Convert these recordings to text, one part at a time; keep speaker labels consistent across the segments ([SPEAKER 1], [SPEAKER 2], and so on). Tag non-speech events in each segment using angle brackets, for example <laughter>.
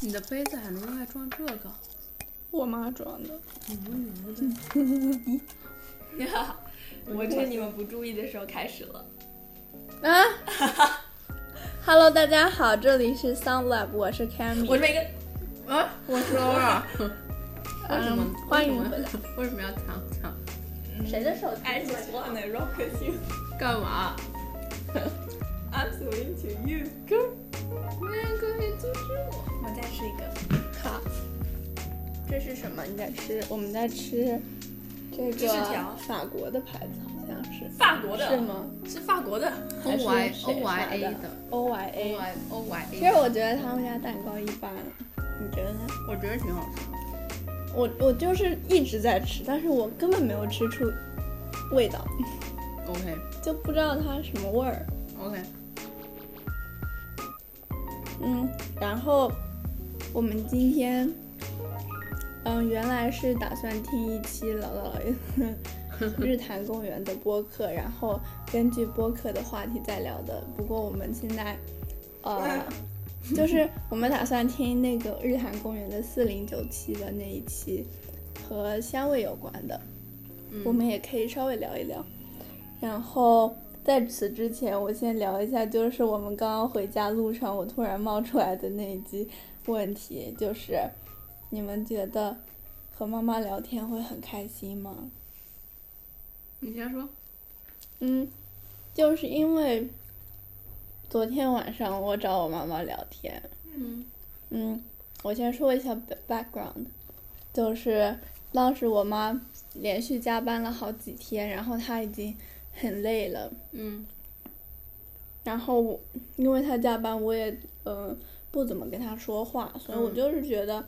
[SPEAKER 1] 你的杯子还能用来装这个？
[SPEAKER 2] 我妈装的。嗯
[SPEAKER 3] 我趁你们不注意的时候开始了。
[SPEAKER 2] 啊！Hello，大家好，这里是 Sound Lab，我是 Cammy，
[SPEAKER 3] 我这一个
[SPEAKER 1] 啊，我是 Laura。为什么嗯
[SPEAKER 2] 嗯？欢迎回来。
[SPEAKER 1] 为什么要抢抢？
[SPEAKER 3] 谁的手？I just wanna rock with you,
[SPEAKER 1] 干嘛？
[SPEAKER 3] I'm so into you。
[SPEAKER 1] 那个也就是我。
[SPEAKER 3] 我再吃一个，
[SPEAKER 2] 好，这是什么？你在吃？我们在吃这
[SPEAKER 3] 芝士条
[SPEAKER 2] 个法国的牌子，好像是
[SPEAKER 3] 法国的，
[SPEAKER 2] 是？吗
[SPEAKER 3] 是法国的。
[SPEAKER 2] 还
[SPEAKER 1] O
[SPEAKER 2] 是
[SPEAKER 1] Y
[SPEAKER 2] 谁
[SPEAKER 1] O Y
[SPEAKER 2] 啥
[SPEAKER 1] A
[SPEAKER 2] 的
[SPEAKER 1] 的
[SPEAKER 2] ？O
[SPEAKER 1] O
[SPEAKER 2] Y A。
[SPEAKER 1] Y O Y
[SPEAKER 2] 其
[SPEAKER 1] A
[SPEAKER 2] 实
[SPEAKER 1] 的。
[SPEAKER 2] 我觉得他们家蛋糕一般，你觉得呢？
[SPEAKER 1] 我觉得挺好吃的。
[SPEAKER 2] 我我就是一直在吃，但是我根本没有吃出味道， <laughs>
[SPEAKER 1] OK
[SPEAKER 2] 就不知道它什么味儿。
[SPEAKER 1] OK，
[SPEAKER 2] 嗯，然后我们今天，嗯，原来是打算听一期姥姥姥爷的 <laughs> 日坛公园的播客，然后根据播客的话题再聊的。不过我们现在，呃， <laughs> 就是我们打算听那个日坛公园的四零九七的那一期，和香味有关的，
[SPEAKER 1] 嗯
[SPEAKER 2] 我们也可以稍微聊一聊。然后在此之前，我先聊一下，就是我们刚刚回家路上，我突然冒出来的那一句问题，就是你们觉得和妈妈聊天会很开心吗？
[SPEAKER 1] 你先说。
[SPEAKER 2] 嗯，就是因为昨天晚上我找我妈妈聊天，
[SPEAKER 1] 嗯
[SPEAKER 2] 嗯，我先说一下 ba- background，就是当时我妈连续加班了好几天，然后她已经很累了。
[SPEAKER 1] 嗯
[SPEAKER 2] 然后我因为他加班，我也嗯、呃不怎么跟他说话，所以我
[SPEAKER 1] 嗯
[SPEAKER 2] 就是觉得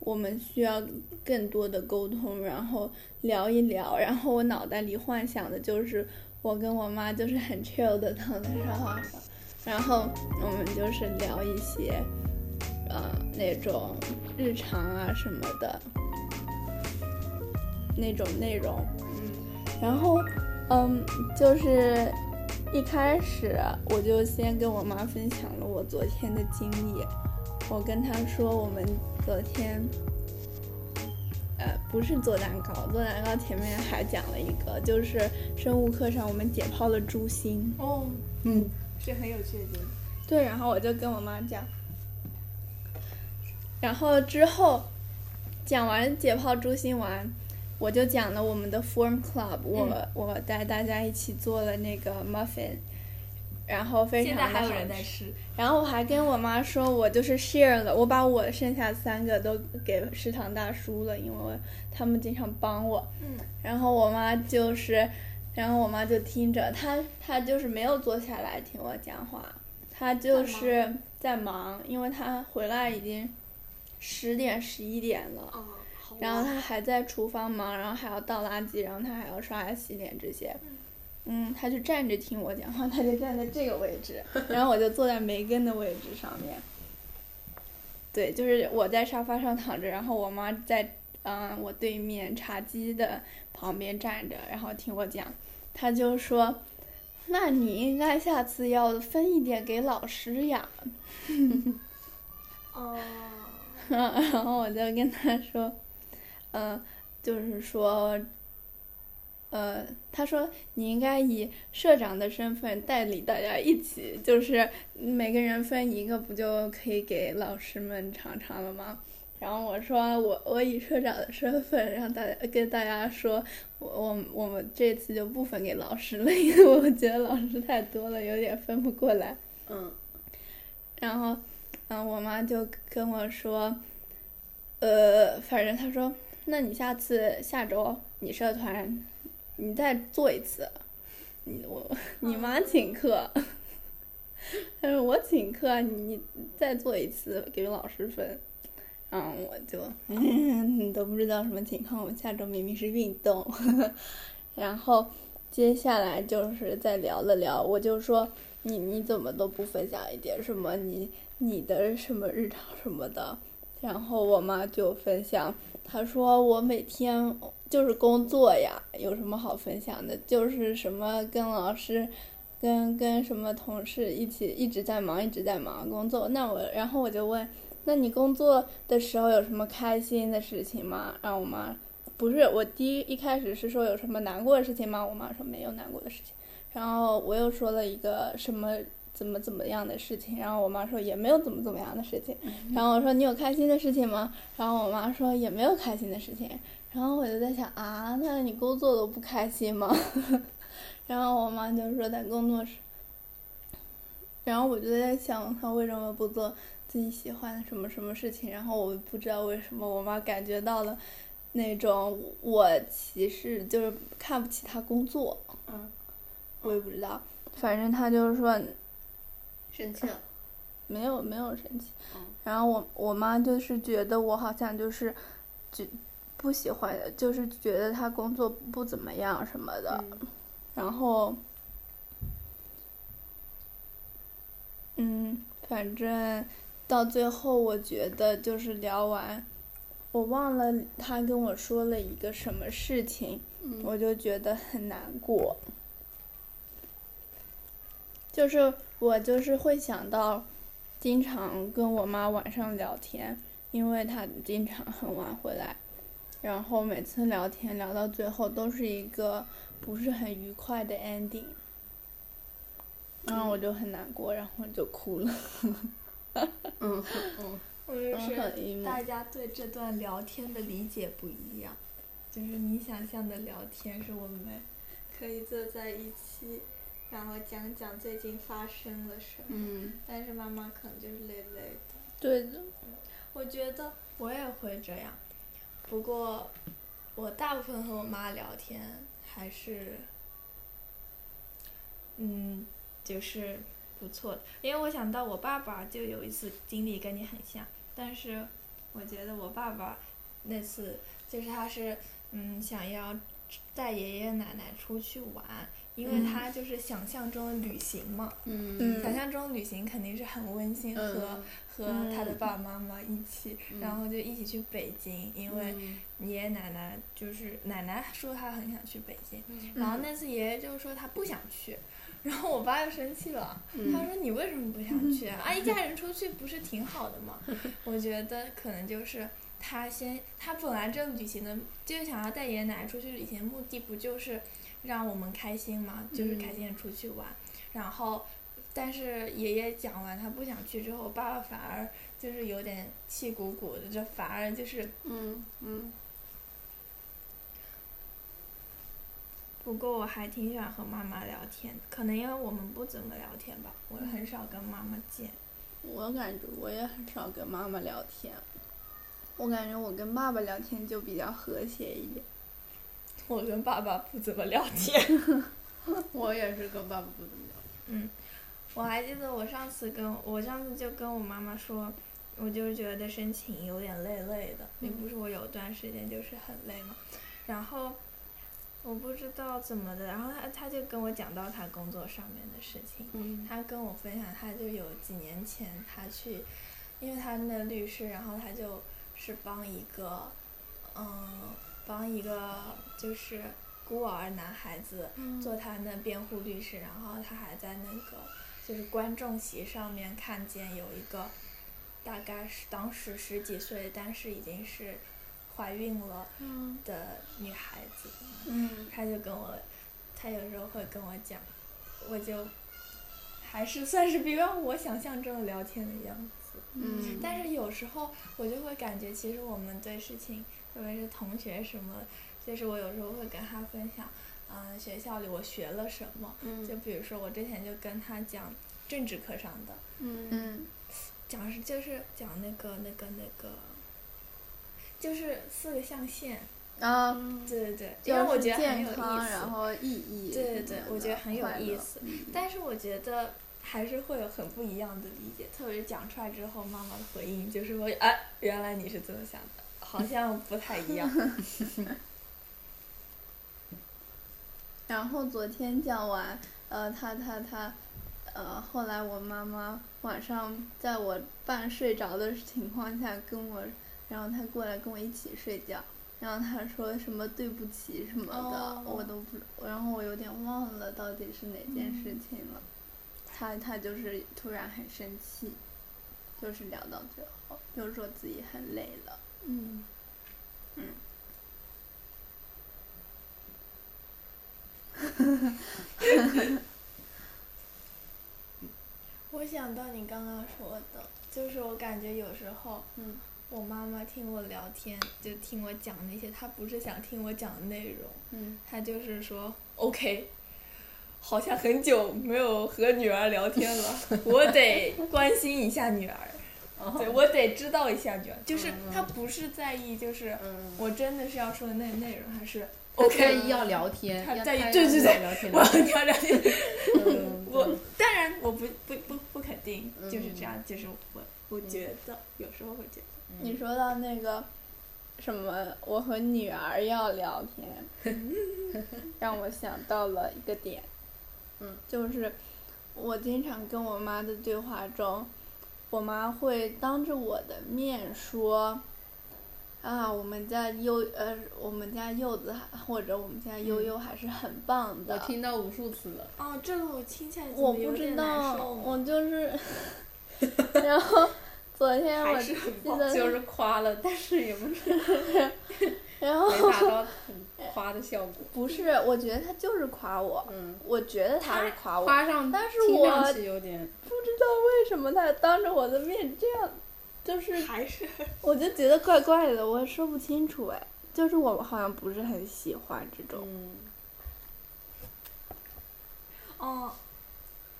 [SPEAKER 2] 我们需要更多的沟通，然后聊一聊。然后我脑袋里幻想的就是我跟我妈就是很 chill 的躺在沙发上，然后我们就是聊一些呃那种日常啊什么的那种内容。
[SPEAKER 1] 嗯
[SPEAKER 2] 然后，嗯，就是一开始我就先跟我妈分享了我昨天的经历。我跟她说，我们昨天，呃，不是做蛋糕，做蛋糕前面还讲了一个，就是生物课上我们解剖了猪心。
[SPEAKER 3] 哦，
[SPEAKER 1] 嗯，
[SPEAKER 3] 是很有趣的经历。
[SPEAKER 2] 对，然后我就跟我妈讲，然后之后讲完解剖猪心完，我就讲了我们的 Form Club，我、
[SPEAKER 3] 嗯
[SPEAKER 2] 我带大家一起做了那个 muffin，然后非
[SPEAKER 3] 现在
[SPEAKER 2] 常的
[SPEAKER 3] 还有
[SPEAKER 2] 好
[SPEAKER 3] 人在
[SPEAKER 2] 吃
[SPEAKER 3] 吃，
[SPEAKER 2] 然后我还跟我妈说，我就是 share 了，我把我剩下三个都给食堂大叔了，因为他们经常帮我。
[SPEAKER 3] 嗯。
[SPEAKER 2] 然后我妈就是，然后我妈就听着，她她就是没有坐下来听我讲话，她就是在忙，因为她回来已经十点十一点了。
[SPEAKER 3] 哦，好
[SPEAKER 4] 啊
[SPEAKER 2] 然后
[SPEAKER 3] 玩
[SPEAKER 2] 他还在厨房忙，然后还要倒垃圾，然后他还要刷牙洗脸这些。嗯，他就站着听我讲话，他就站在这个位置，然后我就坐在梅根的位置上面。对，就是我在沙发上躺着，然后我妈在嗯我对面茶几的旁边站着，然后听我讲。他就说：“那你应该下次要分一点给老师呀。”
[SPEAKER 3] 哦，
[SPEAKER 2] <laughs> 然后我就跟他说，嗯、就是说，呃，他说你应该以社长的身份代理大家一起，就是每个人分一个，不就可以给老师们尝尝了吗？然后我说我我以社长的身份让大家跟大家说，我我我们这次就不分给老师了，因为我觉得老师太多了，有点分不过来。
[SPEAKER 1] 嗯
[SPEAKER 2] 然后，嗯，我妈就跟我说，呃，反正她说，那你下次下周你社团，你再做一次，你我你妈请客， <laughs> 她说我请客，你再做一次给老师分。嗯，我就 <laughs> 嗯都不知道什么情况，我下周明明是运动， <laughs> 然后接下来就是再聊了聊，我就说你你怎么都不分享一点什么你你的什么日常什么的，然后我妈就分享，她说我每天就是工作呀，有什么好分享的？就是什么跟老师。跟跟什么同事一起一直在忙，一直在忙工作。那我，然后我就问，那你工作的时候有什么开心的事情吗？”让我妈，不是我第一一开始是说有什么难过的事情吗？我妈说没有难过的事情，然后我又说了一个什么怎么怎么样的事情，然后我妈说也没有怎么怎么样的事情，然后我说你有开心的事情吗？然后我妈说也没有开心的事情，然后我就在想啊，那你工作都不开心吗？ <laughs> 然后我妈就说在工作时，然后我就在想她为什么不做自己喜欢的什么什么事情，然后我不知道为什么我妈感觉到了那种我歧视，就是看不起她工作，
[SPEAKER 3] 嗯，
[SPEAKER 2] 我也不知道，反正她就是说
[SPEAKER 3] 生气了，
[SPEAKER 2] 没有没有生气
[SPEAKER 3] 嗯，
[SPEAKER 2] 然后我我妈就是觉得我好像就是，就不喜欢，就是觉得她工作不怎么样什么的，
[SPEAKER 3] 嗯
[SPEAKER 2] 然后，嗯，反正到最后，我觉得就是聊完，我忘了他跟我说了一个什么事情，
[SPEAKER 3] 嗯
[SPEAKER 2] 我就觉得很难过。就是我就是会想到，经常跟我妈晚上聊天，因为她经常很晚回来，然后每次聊天聊到最后都是一个不是很愉快的 ending，然后我就很难过，然后我就哭了，
[SPEAKER 3] 嗯嗯，
[SPEAKER 4] 我就
[SPEAKER 2] 然后
[SPEAKER 4] 是
[SPEAKER 2] 很 emo。
[SPEAKER 4] 大家对这段聊天的理解不一样，就是你想象的聊天是我们可以坐在一起，然后讲讲最近发生了什么，
[SPEAKER 3] 嗯
[SPEAKER 4] 但是妈妈可能就是累累的。
[SPEAKER 2] 对的，
[SPEAKER 4] 我觉得我也会这样，不过我大部分和我妈聊天还是，嗯，就是不错的，因为我想到我爸爸就有一次经历跟你很像，但是我觉得我爸爸那次就是他是嗯想要带爷爷奶奶出去玩，因为他就是想象中的旅行嘛，
[SPEAKER 3] 嗯
[SPEAKER 4] 想象中旅行肯定是很温馨和、
[SPEAKER 3] 嗯，
[SPEAKER 4] 和他的爸爸妈妈一起，
[SPEAKER 3] 嗯
[SPEAKER 4] 然后就一起去北京，因为爷爷奶奶就是奶奶说她很想去北京，
[SPEAKER 3] 嗯
[SPEAKER 4] 然后那次爷爷就说他不想去，然后我爸就生气了，
[SPEAKER 1] 嗯
[SPEAKER 4] 他说你为什么不想去啊？啊，一家人出去不是挺好的吗？我觉得可能就是。他先，他本来这旅行的就是想要带爷爷奶奶出去旅行，目的不就是让我们开心嘛，就是开心的出去玩。然后，但是爷爷讲完他不想去之后，我爸爸反而就是有点气鼓鼓的，这反而就是
[SPEAKER 3] 嗯嗯
[SPEAKER 4] 不过我还挺喜欢和妈妈聊天的，可能因为我们不怎么聊天吧，我很少跟妈妈见。 <laughs>
[SPEAKER 2] 我感觉我也很少跟妈妈聊天，我感觉我跟爸爸聊天就比较和谐一点。
[SPEAKER 4] 我跟爸爸不怎么聊天。
[SPEAKER 1] 我也是跟爸爸不怎么聊。
[SPEAKER 4] 我还记得我上次跟我上次就跟我妈妈说，我就是觉得申请有点累累的，你不是我有段时间就是很累嘛，然后我不知道怎么的，然后她她就跟我讲到她工作上面的事情。
[SPEAKER 3] 嗯
[SPEAKER 4] 他跟我分享，他就有几年前他去，因为他那律师，然后他就是帮一个，嗯，帮一个就是孤儿男孩子做他那辩护律师，然后他还在那个就是观众席上面看见有一个，大概是当时十几岁，但是已经是怀孕了
[SPEAKER 2] 嗯
[SPEAKER 4] 的女孩子，
[SPEAKER 2] 嗯
[SPEAKER 4] 他就跟我，他有时候会跟我讲，我就还是算是比方我想象中的聊天的样子。
[SPEAKER 3] 嗯
[SPEAKER 4] 但是有时候我就会感觉，其实我们对事情，特别是同学什么，就是我有时候会跟他分享，嗯、学校里我学了什么。
[SPEAKER 2] 嗯
[SPEAKER 4] 就
[SPEAKER 1] 嗯
[SPEAKER 4] 比如说我之前就跟他讲政治课上的，
[SPEAKER 3] 嗯
[SPEAKER 2] 嗯
[SPEAKER 4] 讲是就是讲那个那个那个，就是四个象限。
[SPEAKER 2] 啊，
[SPEAKER 3] 嗯
[SPEAKER 4] 对对对，因为
[SPEAKER 2] 就
[SPEAKER 4] 我
[SPEAKER 2] 是
[SPEAKER 4] 觉得很
[SPEAKER 2] 健
[SPEAKER 4] 有意思。
[SPEAKER 2] 康，然后意义什么的。
[SPEAKER 4] 对对对，我觉得很有
[SPEAKER 2] 快乐
[SPEAKER 4] 意。思。但是我觉得还是会有很不一样的理解，特别是讲出来之后，妈妈的回应就是说：“哎，原来你是这么想的，好像不太一样。
[SPEAKER 2] 然后昨天讲完，呃，他他他，呃，后来我妈妈晚上在我半睡着的情况下跟我，然后她过来跟我一起睡觉，然后她说什么对不起什么的，
[SPEAKER 4] 哦
[SPEAKER 2] 我都不，然后我有点忘了到底是哪件事情了。她她就是突然很生气，就是聊到最后，又说自己很累了。
[SPEAKER 1] 嗯
[SPEAKER 4] 我想到你刚刚说的，就是我感觉有时候，
[SPEAKER 1] 嗯，
[SPEAKER 4] 我妈妈听我聊天，就听我讲那些，她不是想听我讲的内容，
[SPEAKER 1] 嗯，
[SPEAKER 4] 她就是说 OK，好像很久没有和女儿聊天了， <laughs> 我得关心一下 <laughs> 女儿，对我得知道一下女儿，就是她不是在意，就是
[SPEAKER 1] 嗯，
[SPEAKER 4] 我真的是要说的那内容，还是
[SPEAKER 1] 他在
[SPEAKER 4] OK，
[SPEAKER 1] 意要聊天，
[SPEAKER 4] 他
[SPEAKER 1] 要
[SPEAKER 4] 在意
[SPEAKER 1] 他
[SPEAKER 4] 对对对
[SPEAKER 1] 要聊天
[SPEAKER 4] 我要聊聊天。
[SPEAKER 3] <laughs>
[SPEAKER 1] 嗯
[SPEAKER 4] 我当然我不不不不肯定，
[SPEAKER 2] 嗯
[SPEAKER 4] 就是这样，就是我我
[SPEAKER 1] 嗯
[SPEAKER 4] 觉得有时候会觉得，
[SPEAKER 2] 你说到那个什么，我和女儿要聊
[SPEAKER 3] <laughs>
[SPEAKER 2] 天，让我想到了一个点，
[SPEAKER 1] 嗯，
[SPEAKER 2] 就是我经常跟我妈的对话中，我妈会当着我的面说。啊，我们家悠呃，我们家柚子还或者我们家
[SPEAKER 3] 嗯
[SPEAKER 2] 悠悠还是很棒的。
[SPEAKER 1] 我听到无数次了，
[SPEAKER 4] 哦，这个我听起来
[SPEAKER 2] 我不知道，我就是，
[SPEAKER 3] <laughs>
[SPEAKER 2] 然后昨天我
[SPEAKER 3] 还
[SPEAKER 2] 记
[SPEAKER 3] 是
[SPEAKER 4] 哦
[SPEAKER 3] <laughs>
[SPEAKER 2] 得，
[SPEAKER 3] 就是夸了，但是也不是
[SPEAKER 2] 然后
[SPEAKER 3] 没达到
[SPEAKER 1] <laughs>
[SPEAKER 3] 很夸的效果。
[SPEAKER 2] 不是，我觉得他就是夸我，
[SPEAKER 1] 嗯，
[SPEAKER 2] 我觉得他是夸我，
[SPEAKER 1] 花上，
[SPEAKER 2] 但是
[SPEAKER 1] 听上
[SPEAKER 2] 我
[SPEAKER 1] 去有
[SPEAKER 3] 嗯
[SPEAKER 1] 点，
[SPEAKER 2] 不知道为什么他当着我的面这样，就是
[SPEAKER 4] 还是
[SPEAKER 2] 我就觉得怪怪的，我也说不清楚哎，就是我好像不是很喜欢这种，
[SPEAKER 1] 嗯，
[SPEAKER 4] 哦，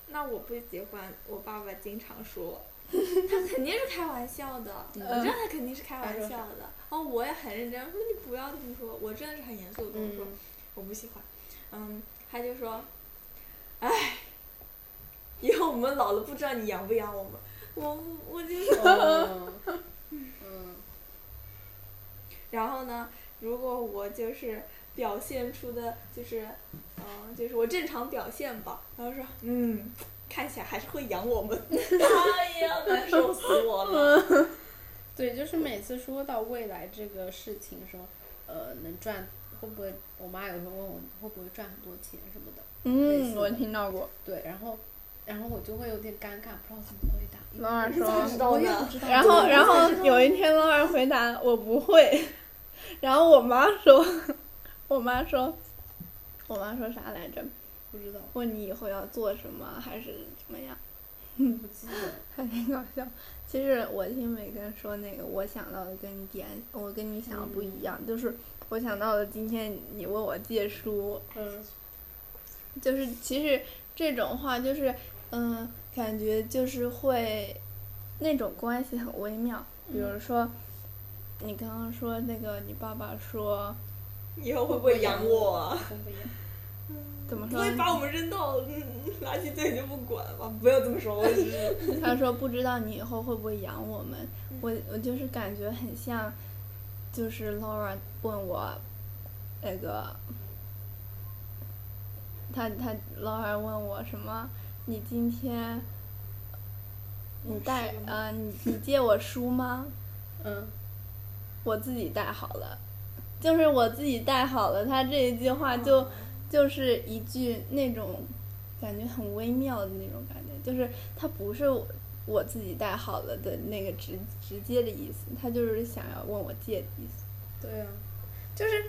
[SPEAKER 4] 那我不喜欢我爸爸经常
[SPEAKER 2] <laughs>
[SPEAKER 4] 说。他肯定是开玩笑的，
[SPEAKER 1] 嗯
[SPEAKER 4] 我知道他肯定是开
[SPEAKER 1] 他
[SPEAKER 4] 玩
[SPEAKER 1] 说
[SPEAKER 4] 笑
[SPEAKER 2] 嗯
[SPEAKER 4] 的。哦，我也很认真说你不要这么说，我真的是很严肃的跟我说，
[SPEAKER 1] 嗯
[SPEAKER 4] 我不喜欢。嗯，他就说，哎，以后我们老了不知道你养不养我们，我我就说，
[SPEAKER 1] 嗯嗯，
[SPEAKER 4] 然后呢，如果我就是表现出的，就是，嗯、就是我正常表现吧，然后说，嗯，看起来还是会养我们， <laughs> 哎呀，难受死我了。
[SPEAKER 1] <laughs> 对，就是每次说到未来这个事情的时候，呃，能赚会不会？我妈有时候问我会不会赚很多钱什么的，类似
[SPEAKER 2] 嗯，
[SPEAKER 1] 的
[SPEAKER 2] 我听到过，
[SPEAKER 1] 对，然后，然后我就会有点尴尬，不知道怎么回答。因为
[SPEAKER 2] 老二
[SPEAKER 1] 我也
[SPEAKER 2] 说，
[SPEAKER 1] 不
[SPEAKER 4] 知
[SPEAKER 1] 知
[SPEAKER 4] 道
[SPEAKER 1] 道
[SPEAKER 4] 呢
[SPEAKER 1] 呢
[SPEAKER 2] 然后然后有一天老二回答我不会， <laughs> 然后我妈说，我妈说，我妈说啥来着？
[SPEAKER 1] 不知道，
[SPEAKER 2] 问你以后要做什么还是怎么样？
[SPEAKER 1] 嗯不记得。
[SPEAKER 2] <laughs> 还挺搞笑。其实我听伟哥说那个，我想到的跟你点，我跟你想的不一样，就是我想到的今天你问我借书，
[SPEAKER 1] 嗯
[SPEAKER 2] 就是其实这种话就是，嗯，感觉就是会那种关系很微妙。比如说，你刚刚说那个，你爸爸说
[SPEAKER 4] 以后会不会养我啊？
[SPEAKER 1] 会不会养？
[SPEAKER 2] 怎么
[SPEAKER 4] 不
[SPEAKER 2] 说
[SPEAKER 4] 会？把我们扔到嗯垃圾堆里就不管吧？不要这么说，我只是
[SPEAKER 2] 他说不知道你以后会不会养我们，我我就是感觉很像，就是 Laura 问我，那个，他他 Laura 问我什么？你今天，你带呃你你借我书吗？
[SPEAKER 1] 嗯，
[SPEAKER 2] 我自己带好了，就是我自己带好了。他这一句话就、就是一句那种感觉很微妙的那种感觉，就是他不是我我自己带好了的那个直直接的意思，他就是想要问我借的意思，
[SPEAKER 1] 对啊，就是，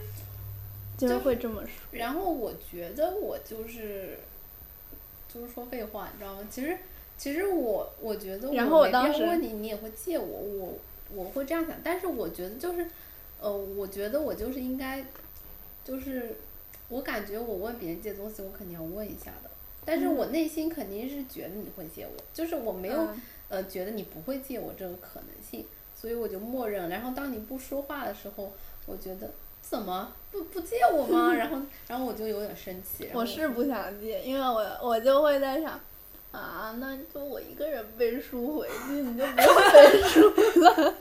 [SPEAKER 2] 就是
[SPEAKER 1] 就是
[SPEAKER 2] 会这么说。
[SPEAKER 1] 然后我觉得我就是，就是说废话，你知道吗？其实，其实我我觉得，
[SPEAKER 2] 然后我
[SPEAKER 1] 没必要
[SPEAKER 2] 当时
[SPEAKER 1] 问你，你也会借我，我我会这样想，但是我觉得就是，呃，我觉得我就是应该，就是我感觉我问别人借东西，我肯定要问一下的。但是我内心肯定是觉得你会借我，就是我没有、
[SPEAKER 2] 嗯
[SPEAKER 1] 呃，觉得你不会借我这个可能性，所以我就默认。然后当你不说话的时候，我觉得怎么不不借我吗？ <laughs> 然后然后我就有点生气。然后
[SPEAKER 2] 我是不想借，因为我我就会在想，啊，那就我一个人背书回去，你就不用 <laughs> 背书了。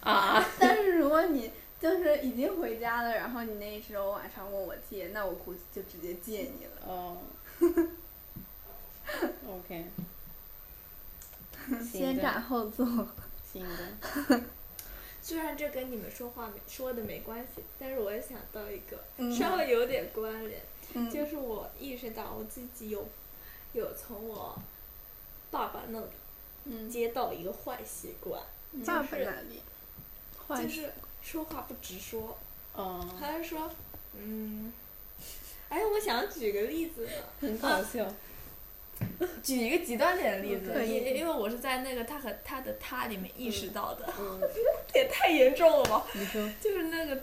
[SPEAKER 1] 啊，
[SPEAKER 2] 但是如果你就是已经回家了，然后你那时候晚上问我借，那我估计就直接借你了。
[SPEAKER 1] 哦，OK，行
[SPEAKER 2] 先
[SPEAKER 1] 的，
[SPEAKER 2] 斩后奏。
[SPEAKER 1] 行的，
[SPEAKER 4] 虽然这跟你们说话没说的没关系，但是我也想到一个
[SPEAKER 2] 嗯
[SPEAKER 4] 稍微有点关联，
[SPEAKER 2] 嗯
[SPEAKER 4] 就是我意识到我自己有有从我爸爸那里
[SPEAKER 1] 嗯
[SPEAKER 4] 接到一个坏习惯，
[SPEAKER 1] 爸爸那里，
[SPEAKER 2] 啊坏
[SPEAKER 4] 就
[SPEAKER 2] 死
[SPEAKER 4] 是说话不直说，
[SPEAKER 1] 哦，
[SPEAKER 4] 他就说，嗯，哎，我想举个例子呢，
[SPEAKER 1] 很搞笑，
[SPEAKER 4] <laughs> 举一个极端点的例子，
[SPEAKER 1] 可以
[SPEAKER 4] 因因为我是在那个他和他的他里面意识到的，
[SPEAKER 1] 嗯，
[SPEAKER 4] 这也太严重了吧？
[SPEAKER 1] 你说，
[SPEAKER 4] 就是那个，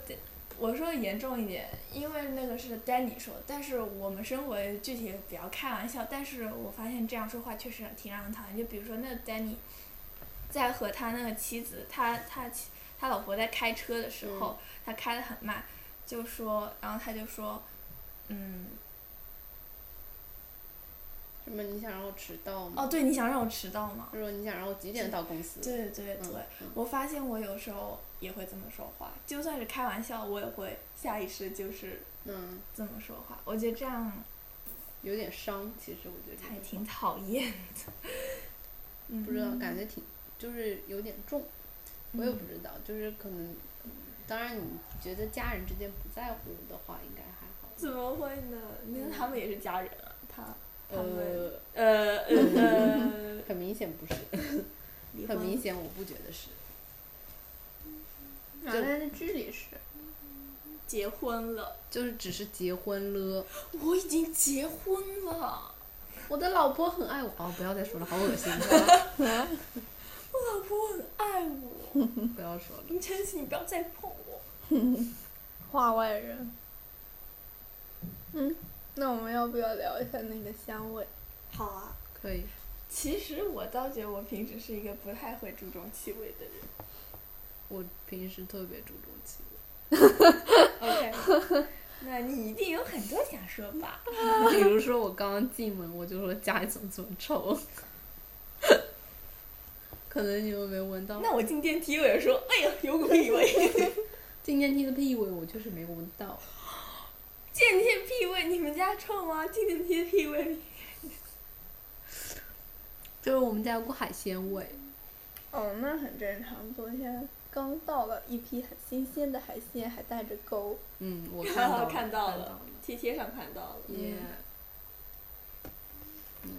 [SPEAKER 4] 我说严重一点，因为那个是 Danny 说，但是我们生活具体比较开玩笑，但是我发现这样说话确实挺让人讨厌。就比如说那个 Danny，在和他那个妻子，他他妻他老婆在开车的时候，他开得很慢，就说，然后他就说，嗯，
[SPEAKER 1] 什么你想让我迟到吗？
[SPEAKER 4] 哦，对，你想让我迟到吗？
[SPEAKER 1] 他说你想让我几点到公司？
[SPEAKER 4] 对对
[SPEAKER 1] 嗯
[SPEAKER 4] 对，我发现我有时候也会这么说话，就算是开玩笑，我也会下意识就是
[SPEAKER 1] 嗯，
[SPEAKER 4] 这么说话。我觉得这样
[SPEAKER 1] 有点伤，其实我觉得这
[SPEAKER 4] 还
[SPEAKER 1] 个
[SPEAKER 4] 挺讨厌的。嗯
[SPEAKER 1] 不知道，感觉挺就是有点重，我
[SPEAKER 2] 嗯
[SPEAKER 1] 也不知道，就是可能，嗯当然你觉得家人之间不在乎的话，应该还好。
[SPEAKER 4] 怎么会呢？那他们也是家人啊，他他们
[SPEAKER 1] 呃，
[SPEAKER 4] 呃呃
[SPEAKER 1] 很明显不是，<laughs>
[SPEAKER 4] 离
[SPEAKER 1] 很明
[SPEAKER 4] 婚
[SPEAKER 1] 显我不觉得是，
[SPEAKER 2] 嗯原来的剧里是，
[SPEAKER 4] 结婚了，
[SPEAKER 1] 就是只是结婚了。
[SPEAKER 4] 我已经结婚了，
[SPEAKER 1] 我的老婆很爱我哦，不要再说了，好恶
[SPEAKER 2] <laughs>
[SPEAKER 1] 心，
[SPEAKER 4] 我老婆很爱我，
[SPEAKER 1] 不要说了。
[SPEAKER 4] 你真是你不要再碰我。
[SPEAKER 2] 话外人。嗯，那我们要不要聊一下那个香味？
[SPEAKER 4] 好啊，
[SPEAKER 1] 可以，
[SPEAKER 4] 其实我倒觉得我平时是一个不太会注重气味的人。
[SPEAKER 1] 我平时特别注重气味，
[SPEAKER 4] OK，那 <laughs> 你一定有很多想说吧？
[SPEAKER 1] 比如说我刚刚进门，我就说家里怎么这么臭， <laughs> 可能你们没闻到。
[SPEAKER 4] 那我进电梯我也说，哎呀，有股屁味。
[SPEAKER 1] 进电梯的屁味我确实没闻到，
[SPEAKER 4] 进电梯屁味，你们家臭吗？ <laughs> 进电梯屁味。
[SPEAKER 1] 就是我们家有股海鲜味，
[SPEAKER 2] 哦，那很正常。昨天刚到了一批很新鲜的海鲜，还带着钩。
[SPEAKER 1] 嗯，我看到了，
[SPEAKER 4] <laughs> 看
[SPEAKER 1] 到
[SPEAKER 4] 到了
[SPEAKER 1] 了，
[SPEAKER 4] 贴贴上看到了，嗯
[SPEAKER 1] 耶，嗯，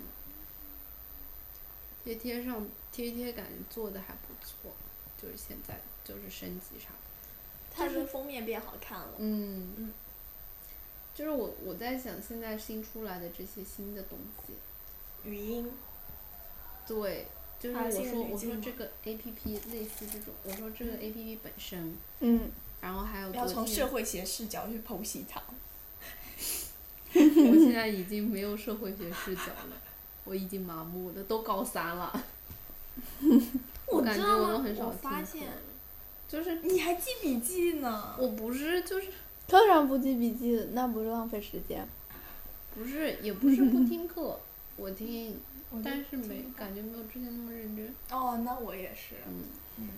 [SPEAKER 1] 贴贴上贴贴感觉做的还不错，就是现在就是升级啥的。
[SPEAKER 4] 它的封面变好看了。
[SPEAKER 1] 嗯，
[SPEAKER 4] 嗯
[SPEAKER 1] 就是我我在想，现在新出来的这些新的东西，
[SPEAKER 4] 语音，
[SPEAKER 1] 对，就是
[SPEAKER 4] 啊
[SPEAKER 1] 我
[SPEAKER 4] 新的
[SPEAKER 1] 说
[SPEAKER 4] 滤
[SPEAKER 1] 我说
[SPEAKER 4] 镜嗯
[SPEAKER 1] 这个 A P P 类似这种，我说这个 A P P 本身，
[SPEAKER 2] 嗯，
[SPEAKER 1] 然后还有
[SPEAKER 4] 要
[SPEAKER 1] 昨
[SPEAKER 4] 从
[SPEAKER 1] 天
[SPEAKER 4] 社，会学视角去剖析它。
[SPEAKER 1] <laughs> 我现在已经没有社会学视角了，我已经麻木了，都高三了， <laughs> 我感
[SPEAKER 4] 知
[SPEAKER 1] 觉
[SPEAKER 4] 道
[SPEAKER 1] 我都
[SPEAKER 4] 吗？
[SPEAKER 1] 很少
[SPEAKER 4] 我
[SPEAKER 1] 听
[SPEAKER 4] 发
[SPEAKER 1] 课
[SPEAKER 4] 现
[SPEAKER 1] 了就是
[SPEAKER 4] 你还记笔记呢。
[SPEAKER 1] 我不是就是
[SPEAKER 2] 课上不记笔记，那不是浪费时间？
[SPEAKER 1] 不是也不是不听课，我听，
[SPEAKER 4] 我就
[SPEAKER 1] 但是没
[SPEAKER 4] 听
[SPEAKER 1] 感觉没有之前那么认真，
[SPEAKER 4] 哦，那我也是。
[SPEAKER 1] 嗯。
[SPEAKER 4] 嗯，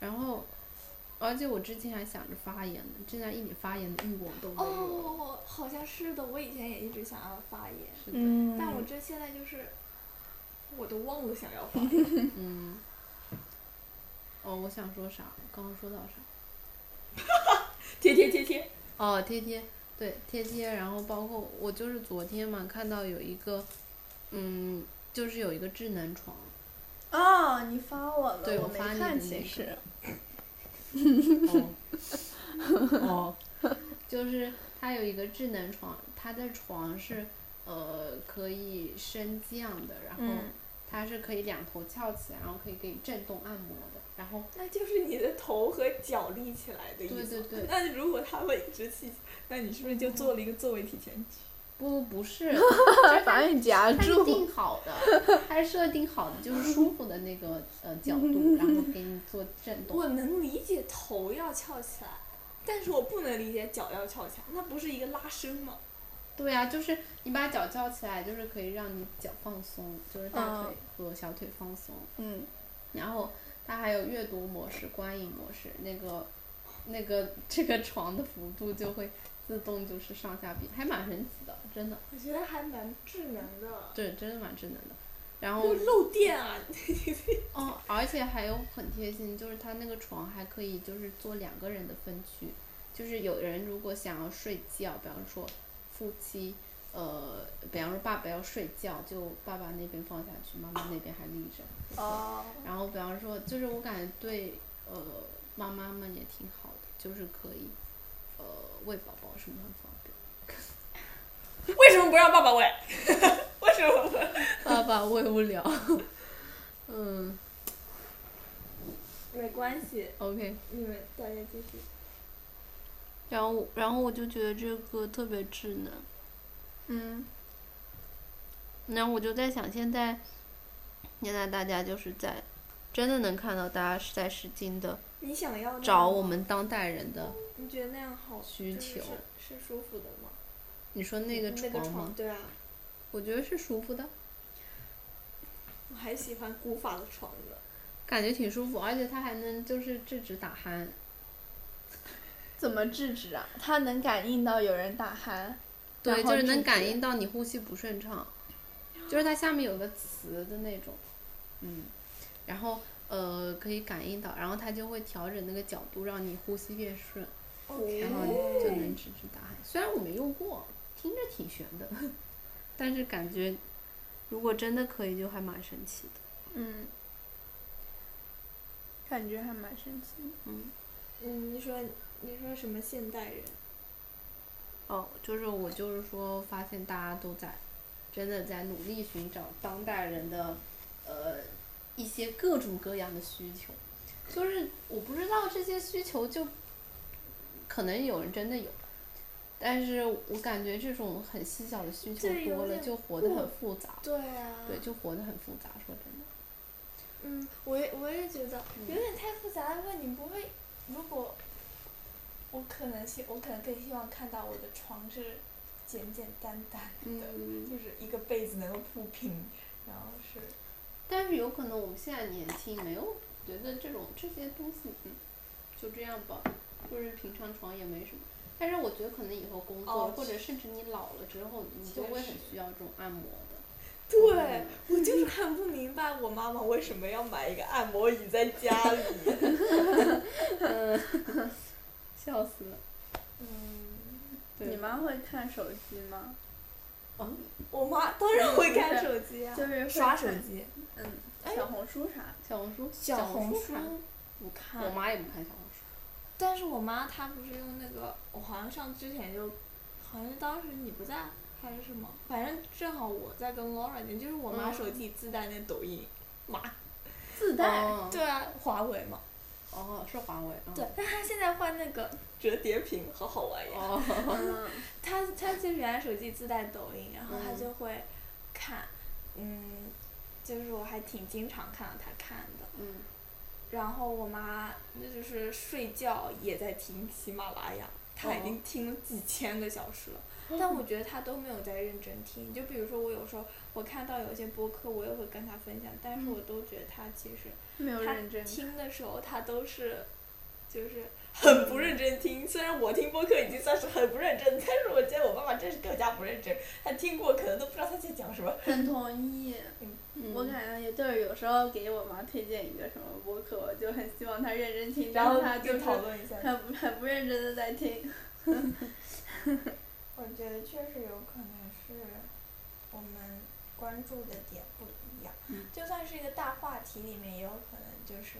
[SPEAKER 1] 然后，而且我之前还想着发言呢，现在一点发言的欲望都没有了。
[SPEAKER 4] 哦，好像是的，我以前也一直想要发言。
[SPEAKER 1] 是的，
[SPEAKER 2] 嗯，
[SPEAKER 4] 但我这现在就是，我都忘了想要发言
[SPEAKER 1] 嗯。哦，我想说啥？刚刚说到啥？
[SPEAKER 4] 贴贴贴贴，
[SPEAKER 1] 哦，贴贴，对贴贴，然后包括我就是昨天嘛，看到有一个，嗯，就是有一个智能床，
[SPEAKER 2] 哦，你发我了，
[SPEAKER 1] 对我
[SPEAKER 2] 我
[SPEAKER 1] 发
[SPEAKER 2] 没
[SPEAKER 1] 你的那
[SPEAKER 2] 看，其
[SPEAKER 1] 个
[SPEAKER 2] 实。
[SPEAKER 1] 哦，
[SPEAKER 2] <laughs>
[SPEAKER 1] 哦，就是它有一个智能床，它的床是呃可以升降的，然后
[SPEAKER 2] 嗯
[SPEAKER 1] 它是可以两头翘起来，然后可以给你震动按摩的，然后
[SPEAKER 4] 那就是你的头和脚立起来的意
[SPEAKER 1] 对
[SPEAKER 4] 思。
[SPEAKER 1] 对对，
[SPEAKER 4] 那如果他们一直起，那你是不是就做了一个座位提前区？
[SPEAKER 1] 不不
[SPEAKER 2] <laughs>
[SPEAKER 1] 是，就是
[SPEAKER 2] 把
[SPEAKER 1] 它
[SPEAKER 2] 你夹
[SPEAKER 1] 它是
[SPEAKER 2] 住。
[SPEAKER 1] 定好的，它是设定好的，就是舒服的那个呃角度，然后给你做震动。
[SPEAKER 4] 我能理解头要翘起来，但是我不能理解脚要翘起来，那不是一个拉伸吗？
[SPEAKER 1] 对啊，就是你把脚翘起来，就是可以让你脚放松，就是大
[SPEAKER 2] 嗯
[SPEAKER 1] 腿和小腿放松。
[SPEAKER 2] 嗯，
[SPEAKER 1] 然后它还有阅读模式、观影模式，那个那个这个床的幅度就会自动就是上下比，还蛮神奇的，真的，
[SPEAKER 4] 我觉得还蛮智能的，
[SPEAKER 1] 对，真的蛮智能的。然后
[SPEAKER 4] 就漏电 <laughs> 啊！
[SPEAKER 1] 哦，而且还有很贴心，就是它那个床还可以就是做两个人的分区，就是有人如果想要睡觉，比方说夫妻，呃，比方说爸爸要睡觉，就爸爸那边放下去，妈妈那边还立着。
[SPEAKER 2] 哦，
[SPEAKER 1] 然后比方说，就是我感觉对呃妈妈们也挺好的，就是可以呃喂宝宝什么很方便。
[SPEAKER 4] 为什么不让爸爸喂？ <laughs> 为什么不？
[SPEAKER 1] <laughs> 爸爸喂不了。 <laughs> 嗯
[SPEAKER 3] 没关系，
[SPEAKER 1] ，OK。
[SPEAKER 3] 你们大家继续。
[SPEAKER 1] 然后，然后我就觉得这个特别稚嫩。
[SPEAKER 2] 嗯，
[SPEAKER 1] 那我就在想，现在现在大家就是在真的能看到大家是在使劲的
[SPEAKER 4] 你想要那样
[SPEAKER 1] 找
[SPEAKER 4] 吗
[SPEAKER 1] 我？们当代人的
[SPEAKER 4] 你觉得那样好
[SPEAKER 1] 需
[SPEAKER 4] 就是
[SPEAKER 1] 求。
[SPEAKER 4] 是是舒服的吗？
[SPEAKER 1] 你说那个
[SPEAKER 4] 那个
[SPEAKER 1] 床吗？
[SPEAKER 4] 对啊，
[SPEAKER 1] 我觉得是舒服的，
[SPEAKER 4] 我还喜欢古法的床呢。
[SPEAKER 1] 感觉挺舒服，而且它还能就是制止打鼾。
[SPEAKER 2] 怎么制止啊？它能感应到有人打鼾，
[SPEAKER 1] 对，
[SPEAKER 2] 然后
[SPEAKER 1] 就是能
[SPEAKER 2] 制
[SPEAKER 1] 感
[SPEAKER 2] 止
[SPEAKER 1] 应到你呼吸不顺畅，就是它下面有个磁的那种，嗯，然后呃可以感应到，然后它就会调整那个角度，让你呼吸变顺，然后
[SPEAKER 4] 哦
[SPEAKER 1] 就能制止打鼾。虽然我没用过，听着挺悬的， <laughs> 但是感觉如果真的可以，就还蛮神奇的。
[SPEAKER 2] 嗯，感觉还蛮神奇的。
[SPEAKER 1] 嗯，
[SPEAKER 4] 嗯，你说你说什么现代人？
[SPEAKER 1] 哦，就是我就是说，发现大家都在真的在努力寻找当代人的呃一些各种各样的需求，就是我不知道这些需求就可能有人真的有。但是我感觉这种很细小的需求
[SPEAKER 4] 对有
[SPEAKER 1] 多了，
[SPEAKER 4] 点
[SPEAKER 1] 就活得很
[SPEAKER 4] 过
[SPEAKER 1] 复杂。
[SPEAKER 4] 对啊，
[SPEAKER 1] 对，就活得很复杂。说真的，
[SPEAKER 4] 嗯，我也我也觉得
[SPEAKER 1] 嗯
[SPEAKER 4] 有点太复杂了吧？你不会，如果我可能希我可能更希望看到我的床是简简单单的，
[SPEAKER 1] 嗯，
[SPEAKER 4] 就是一个被子能够铺平，然后是
[SPEAKER 1] 但是有可能我们现在年轻，没有觉得这种这些东西，嗯，就这样吧，就是平常床也没什么。但是我觉得可能以后工作，
[SPEAKER 4] 哦
[SPEAKER 1] 或者甚至你老了之后，你就
[SPEAKER 4] 确
[SPEAKER 1] 会
[SPEAKER 4] 实
[SPEAKER 1] 很需要这种按摩的。嗯
[SPEAKER 4] 对，我就是看不明白我妈妈为什么要买一个按摩椅在家里。
[SPEAKER 1] 嗯，笑死了。
[SPEAKER 4] 嗯，
[SPEAKER 1] 对哦
[SPEAKER 2] 你妈会看手机吗？
[SPEAKER 4] 我妈当然会看手机啊，
[SPEAKER 2] 就是会
[SPEAKER 4] 刷手
[SPEAKER 2] 看，
[SPEAKER 4] 机。
[SPEAKER 2] 嗯，
[SPEAKER 4] 哎
[SPEAKER 2] 小红书啥的
[SPEAKER 1] 小红书，
[SPEAKER 4] 小
[SPEAKER 1] 红
[SPEAKER 4] 红书，
[SPEAKER 1] 看
[SPEAKER 2] 不看
[SPEAKER 1] 我。妈也不看小红书。
[SPEAKER 4] 但是我妈她不是用那个，我好像上之前就，好像当时你不在还是什么，反正正好我在跟 Laura 呢，就是我妈
[SPEAKER 1] 嗯
[SPEAKER 4] 手机自带那抖音，妈，
[SPEAKER 2] 自带
[SPEAKER 1] 哦，
[SPEAKER 4] 对啊，华为嘛，
[SPEAKER 1] 哦，是华为。嗯
[SPEAKER 4] 对。，但她现在换那个 <laughs> 折叠屏，好好玩呀。
[SPEAKER 1] 哦，
[SPEAKER 2] 嗯，
[SPEAKER 4] 她她就原来手机自带抖音，然后她
[SPEAKER 1] 嗯
[SPEAKER 4] 就会看，嗯，就是我还挺经常看到她看的。
[SPEAKER 1] 嗯，
[SPEAKER 4] 然后我妈那就是睡觉也在听喜马拉雅，她已经听了几千个小时了， <laughs> 但我觉得她都没有在认真听。就比如说我有时候我看到有些播客，我也会跟她分享，但是我都觉得她其实
[SPEAKER 2] <laughs> 没有
[SPEAKER 4] 她
[SPEAKER 2] 认真。
[SPEAKER 4] 听的时候，她都是就是很不认真听。虽然我听播客已经算是很不认真，但是我觉得我妈妈真是更加不认真，她听过可能都不知道她在讲什么。
[SPEAKER 2] 很同意，
[SPEAKER 1] 嗯
[SPEAKER 2] 我感觉也就是有时候给我妈推荐一个什么播客，我就很希望她认真听，
[SPEAKER 4] 然
[SPEAKER 2] 但
[SPEAKER 4] 后
[SPEAKER 2] 是她就
[SPEAKER 4] 就是讨论一下，
[SPEAKER 2] 很不很不认真的在听。
[SPEAKER 4] 我觉得确实有可能是我们关注的点不一样，
[SPEAKER 1] 嗯
[SPEAKER 4] 就算是一个大话题里面，也有可能就是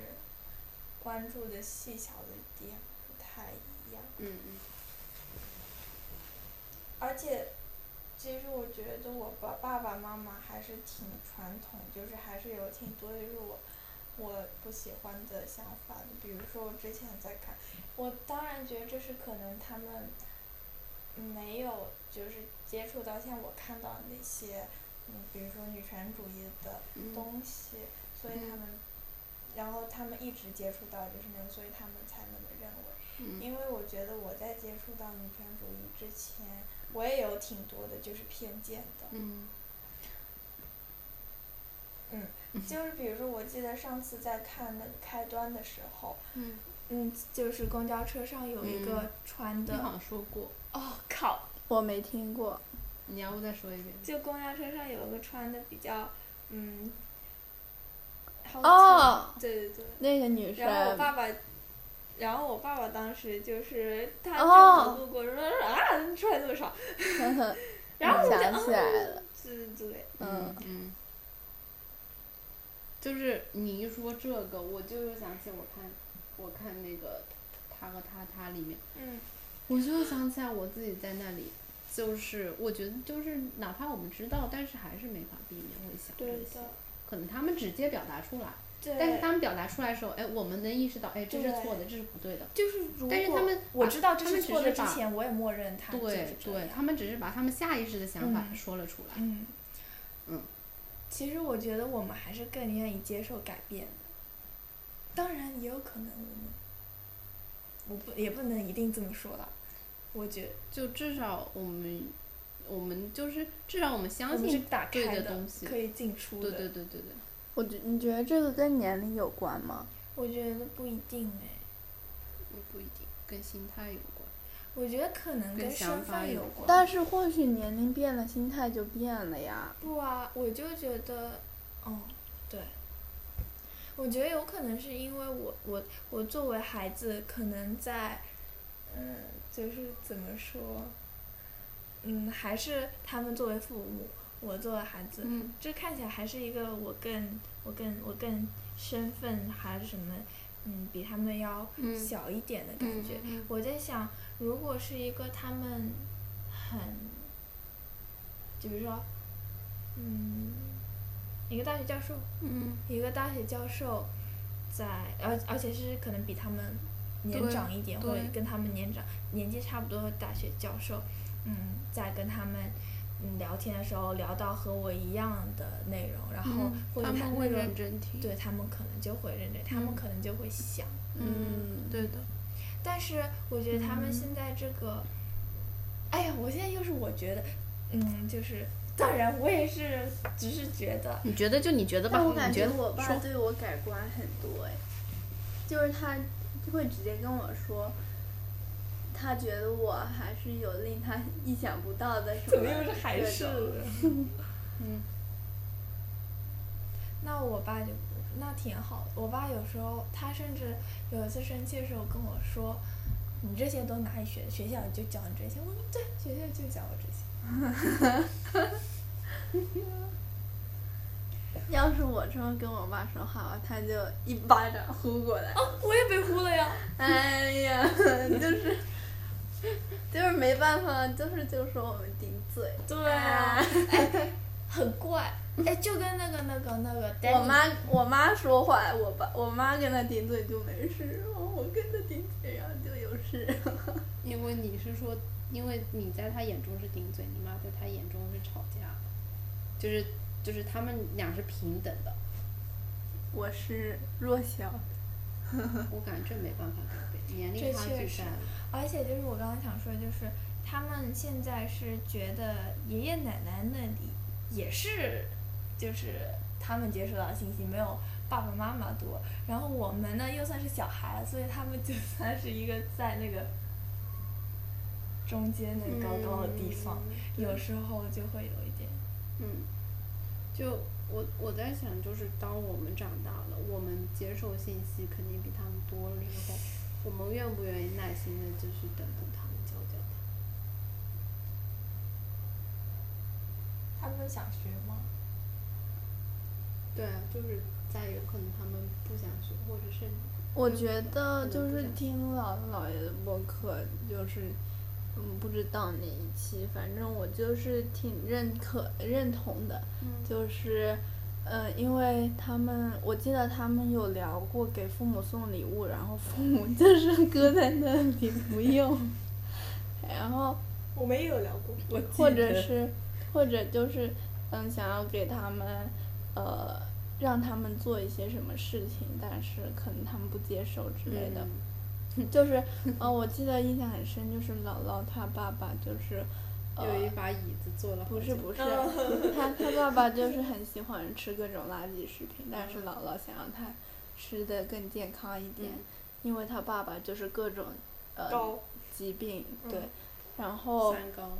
[SPEAKER 4] 关注的细小的点不太一样。
[SPEAKER 1] 嗯嗯
[SPEAKER 4] 而且，其实我觉得我爸爸爸妈妈还是挺传统，就是还是有挺多就是我我不喜欢的想法的。比如说我之前在看，我当然觉得这是可能他们没有就是接触到像我看到那些，嗯，比如说女权主义的
[SPEAKER 1] 嗯，
[SPEAKER 4] 东西，所以他们，然后他们一直接触到就是那个，所以他们才那么认为。
[SPEAKER 1] 嗯
[SPEAKER 4] 因为我觉得我在接触到女权主义之前，我也有挺多的就是偏见的，
[SPEAKER 1] 嗯
[SPEAKER 4] 就是比如说，我记得上次在看那个开端的时候，
[SPEAKER 1] 嗯，
[SPEAKER 4] 嗯，就是公交车上有一个
[SPEAKER 1] 嗯
[SPEAKER 4] 穿
[SPEAKER 1] 你
[SPEAKER 4] 的，
[SPEAKER 1] 好像说过，
[SPEAKER 4] 哦靠，
[SPEAKER 2] <laughs> 我没听过，
[SPEAKER 1] 你要不再说一遍？
[SPEAKER 4] 就公交车上有一个穿的比较，嗯，好
[SPEAKER 2] 哦啊
[SPEAKER 4] 奇，对对对，
[SPEAKER 2] 那个女生
[SPEAKER 4] 然后我爸爸，然后我爸爸当时就是他
[SPEAKER 2] 哦
[SPEAKER 4] 正好路过说、啊，你穿这么少，然后我就
[SPEAKER 2] 想起来
[SPEAKER 4] <laughs>
[SPEAKER 2] 了，
[SPEAKER 4] 是之类的。
[SPEAKER 2] 嗯
[SPEAKER 1] 嗯，就是你一说这个，我就又想起我看我看那个《他和他他》里面，
[SPEAKER 4] 嗯
[SPEAKER 1] 我就想起来我自己在那里，就是我觉得就是哪怕我们知道，但是还是没法避免会想这
[SPEAKER 4] 对
[SPEAKER 1] 些。
[SPEAKER 4] 的，
[SPEAKER 1] 可能他们直接表达出来，
[SPEAKER 4] 对。
[SPEAKER 1] 但是他们表达出来的时候，哎，我们能意识到，哎，这是
[SPEAKER 4] 对
[SPEAKER 1] 错的，这是不对的。
[SPEAKER 4] 就是如果
[SPEAKER 1] 但是他们
[SPEAKER 4] 我
[SPEAKER 1] 把
[SPEAKER 4] 知道这
[SPEAKER 1] 他们
[SPEAKER 4] 是
[SPEAKER 1] 只
[SPEAKER 4] 错的
[SPEAKER 1] 是
[SPEAKER 4] 之
[SPEAKER 1] 把
[SPEAKER 4] 前，我也默认他就是
[SPEAKER 1] 对
[SPEAKER 4] 这
[SPEAKER 1] 对，
[SPEAKER 4] 样。
[SPEAKER 1] 他们只是把他们下意识的想法
[SPEAKER 4] 嗯
[SPEAKER 1] 说了出来。
[SPEAKER 4] 嗯
[SPEAKER 1] 嗯。
[SPEAKER 4] 其实我觉得我们还是更愿意接受改变的，当然也有可能我们，我不也不能一定这么说了。我觉得
[SPEAKER 1] 就至少我们，我们就是至少我们
[SPEAKER 4] 我
[SPEAKER 1] 相
[SPEAKER 4] 们是
[SPEAKER 1] 信，
[SPEAKER 4] 打
[SPEAKER 1] 对
[SPEAKER 4] 开
[SPEAKER 1] 的
[SPEAKER 4] 的，
[SPEAKER 1] 东西
[SPEAKER 4] 可以进出的。
[SPEAKER 1] 对对对对对。
[SPEAKER 2] 我觉你觉得这个跟年龄有关吗？
[SPEAKER 4] 我觉得不一定哎，
[SPEAKER 1] 也不一定跟心态有关。
[SPEAKER 4] 我觉得可能
[SPEAKER 1] 跟
[SPEAKER 4] 跟
[SPEAKER 1] 想
[SPEAKER 4] 身
[SPEAKER 1] 法
[SPEAKER 4] 份
[SPEAKER 1] 有
[SPEAKER 4] 有关。
[SPEAKER 2] 但是或许年龄变了，心态就变了呀。
[SPEAKER 4] 不啊，我就觉得，哦，对，我觉得有可能是因为我我我作为孩子，可能在，嗯，就是怎么说，嗯，还是他们作为父母，我作为孩子，
[SPEAKER 1] 嗯，
[SPEAKER 4] 这看起来还是一个我更我更我更身份还是什么，嗯，比他们要
[SPEAKER 1] 嗯
[SPEAKER 4] 小一点的感觉。我在想，如果是一个他们很，就比如说，嗯，一个大学教授，
[SPEAKER 1] 嗯
[SPEAKER 4] 一个大学教授在，而而且是可能比他们年
[SPEAKER 1] 对
[SPEAKER 4] 长一点，或者
[SPEAKER 1] 对
[SPEAKER 4] 跟他们年长年纪差不多的大学教授，嗯，在跟他们。嗯，聊天的时候聊到和我一样的内容，然后或
[SPEAKER 1] 嗯
[SPEAKER 4] 者
[SPEAKER 1] 他们
[SPEAKER 4] 那
[SPEAKER 1] 会
[SPEAKER 4] 个
[SPEAKER 1] 认真听。
[SPEAKER 4] 对他们可能就会认真，他们
[SPEAKER 1] 嗯
[SPEAKER 4] 可能就会想，
[SPEAKER 2] 嗯
[SPEAKER 1] 对的。
[SPEAKER 4] 但是我觉得他们现在这个，哎呀，我现在又是我觉得，嗯，就是当然我也是只是觉得，
[SPEAKER 1] 你觉得就你觉得吧，
[SPEAKER 2] 但我
[SPEAKER 1] 你
[SPEAKER 2] 感
[SPEAKER 1] 觉
[SPEAKER 2] 觉
[SPEAKER 1] 得
[SPEAKER 2] 我爸
[SPEAKER 1] 说
[SPEAKER 2] 对我改观很多哎，就是他会直接跟我说，他觉得我还是有令他意想不到的什
[SPEAKER 4] 怎
[SPEAKER 2] 么
[SPEAKER 4] 么又是还
[SPEAKER 2] 这
[SPEAKER 4] 是
[SPEAKER 2] 种？
[SPEAKER 1] 嗯，
[SPEAKER 4] 那我爸就不那挺好的。我爸有时候他甚至有一次生气的时候跟我说：“你这些都哪里学？学校就教你这些。”我说：“对，学校就教我这些。
[SPEAKER 2] 要是我这么跟我爸说话，他就一巴掌呼过
[SPEAKER 4] <laughs>
[SPEAKER 2] 来。”
[SPEAKER 4] 哦我也被呼了呀。
[SPEAKER 2] 哎呀，就是就是没办法，就是就说我们顶嘴。
[SPEAKER 4] 对啊，哎，很怪。哎，就跟那个那个那个 Danny，
[SPEAKER 2] 我妈我妈说话，我爸我妈跟他顶嘴就没事，我跟他顶嘴然后就有事。
[SPEAKER 1] 因为你是说，因为你在他眼中是顶嘴，你妈在他眼中是吵架，就是就是他们俩是平等 <laughs> 的。
[SPEAKER 2] 我是弱小，
[SPEAKER 1] 我感觉这没办法改变，年龄
[SPEAKER 4] 这
[SPEAKER 1] 差
[SPEAKER 4] 确
[SPEAKER 1] 距
[SPEAKER 4] 实
[SPEAKER 1] 在了。
[SPEAKER 4] 而且就是我刚刚想说，就是他们现在是觉得爷爷奶奶那里也是，就是他们接收到的信息没有爸爸妈妈多，然后我们呢又算是小孩，所以他们就算是一个在那个中间那个高高的地方，有时候就会有一点，
[SPEAKER 1] 嗯，就我我在想，就是当我们长大了，我们接受信息肯定比他们多了之后，我们愿不愿意耐心的就是等等他们教教他？
[SPEAKER 4] 他们想学吗？
[SPEAKER 1] 对啊，就是在有可能他们不想学，或者是
[SPEAKER 2] 我觉得就是听姥姥姥爷的播客，就是嗯不知道哪一期，反正我就是挺认可认同的，就是。呃，因为他们，我记得他们有聊过给父母送礼物，然后父母就是搁在那里不用，然后
[SPEAKER 4] 我没有聊过，我记
[SPEAKER 2] 或者
[SPEAKER 4] 得
[SPEAKER 2] 是，或者就是，嗯，想要给他们，呃，让他们做一些什么事情，但是可能他们不接受之类
[SPEAKER 1] 嗯
[SPEAKER 2] 的。<laughs>
[SPEAKER 4] 嗯
[SPEAKER 2] 就是，呃，我记得印象很深，就是姥姥她爸爸就是，呃，
[SPEAKER 1] 有一把椅子坐了好
[SPEAKER 2] 不是
[SPEAKER 1] 久嗯
[SPEAKER 2] 不是，他
[SPEAKER 4] 嗯
[SPEAKER 2] 他爸爸
[SPEAKER 4] <laughs>
[SPEAKER 2] 就是很喜欢吃各种垃圾食品，但是姥姥想让他吃的更健康一点，
[SPEAKER 1] 嗯
[SPEAKER 2] 因为他爸爸就是各种呃
[SPEAKER 4] 高
[SPEAKER 2] 疾病，
[SPEAKER 4] 嗯
[SPEAKER 2] 哦对，然后
[SPEAKER 1] 三高，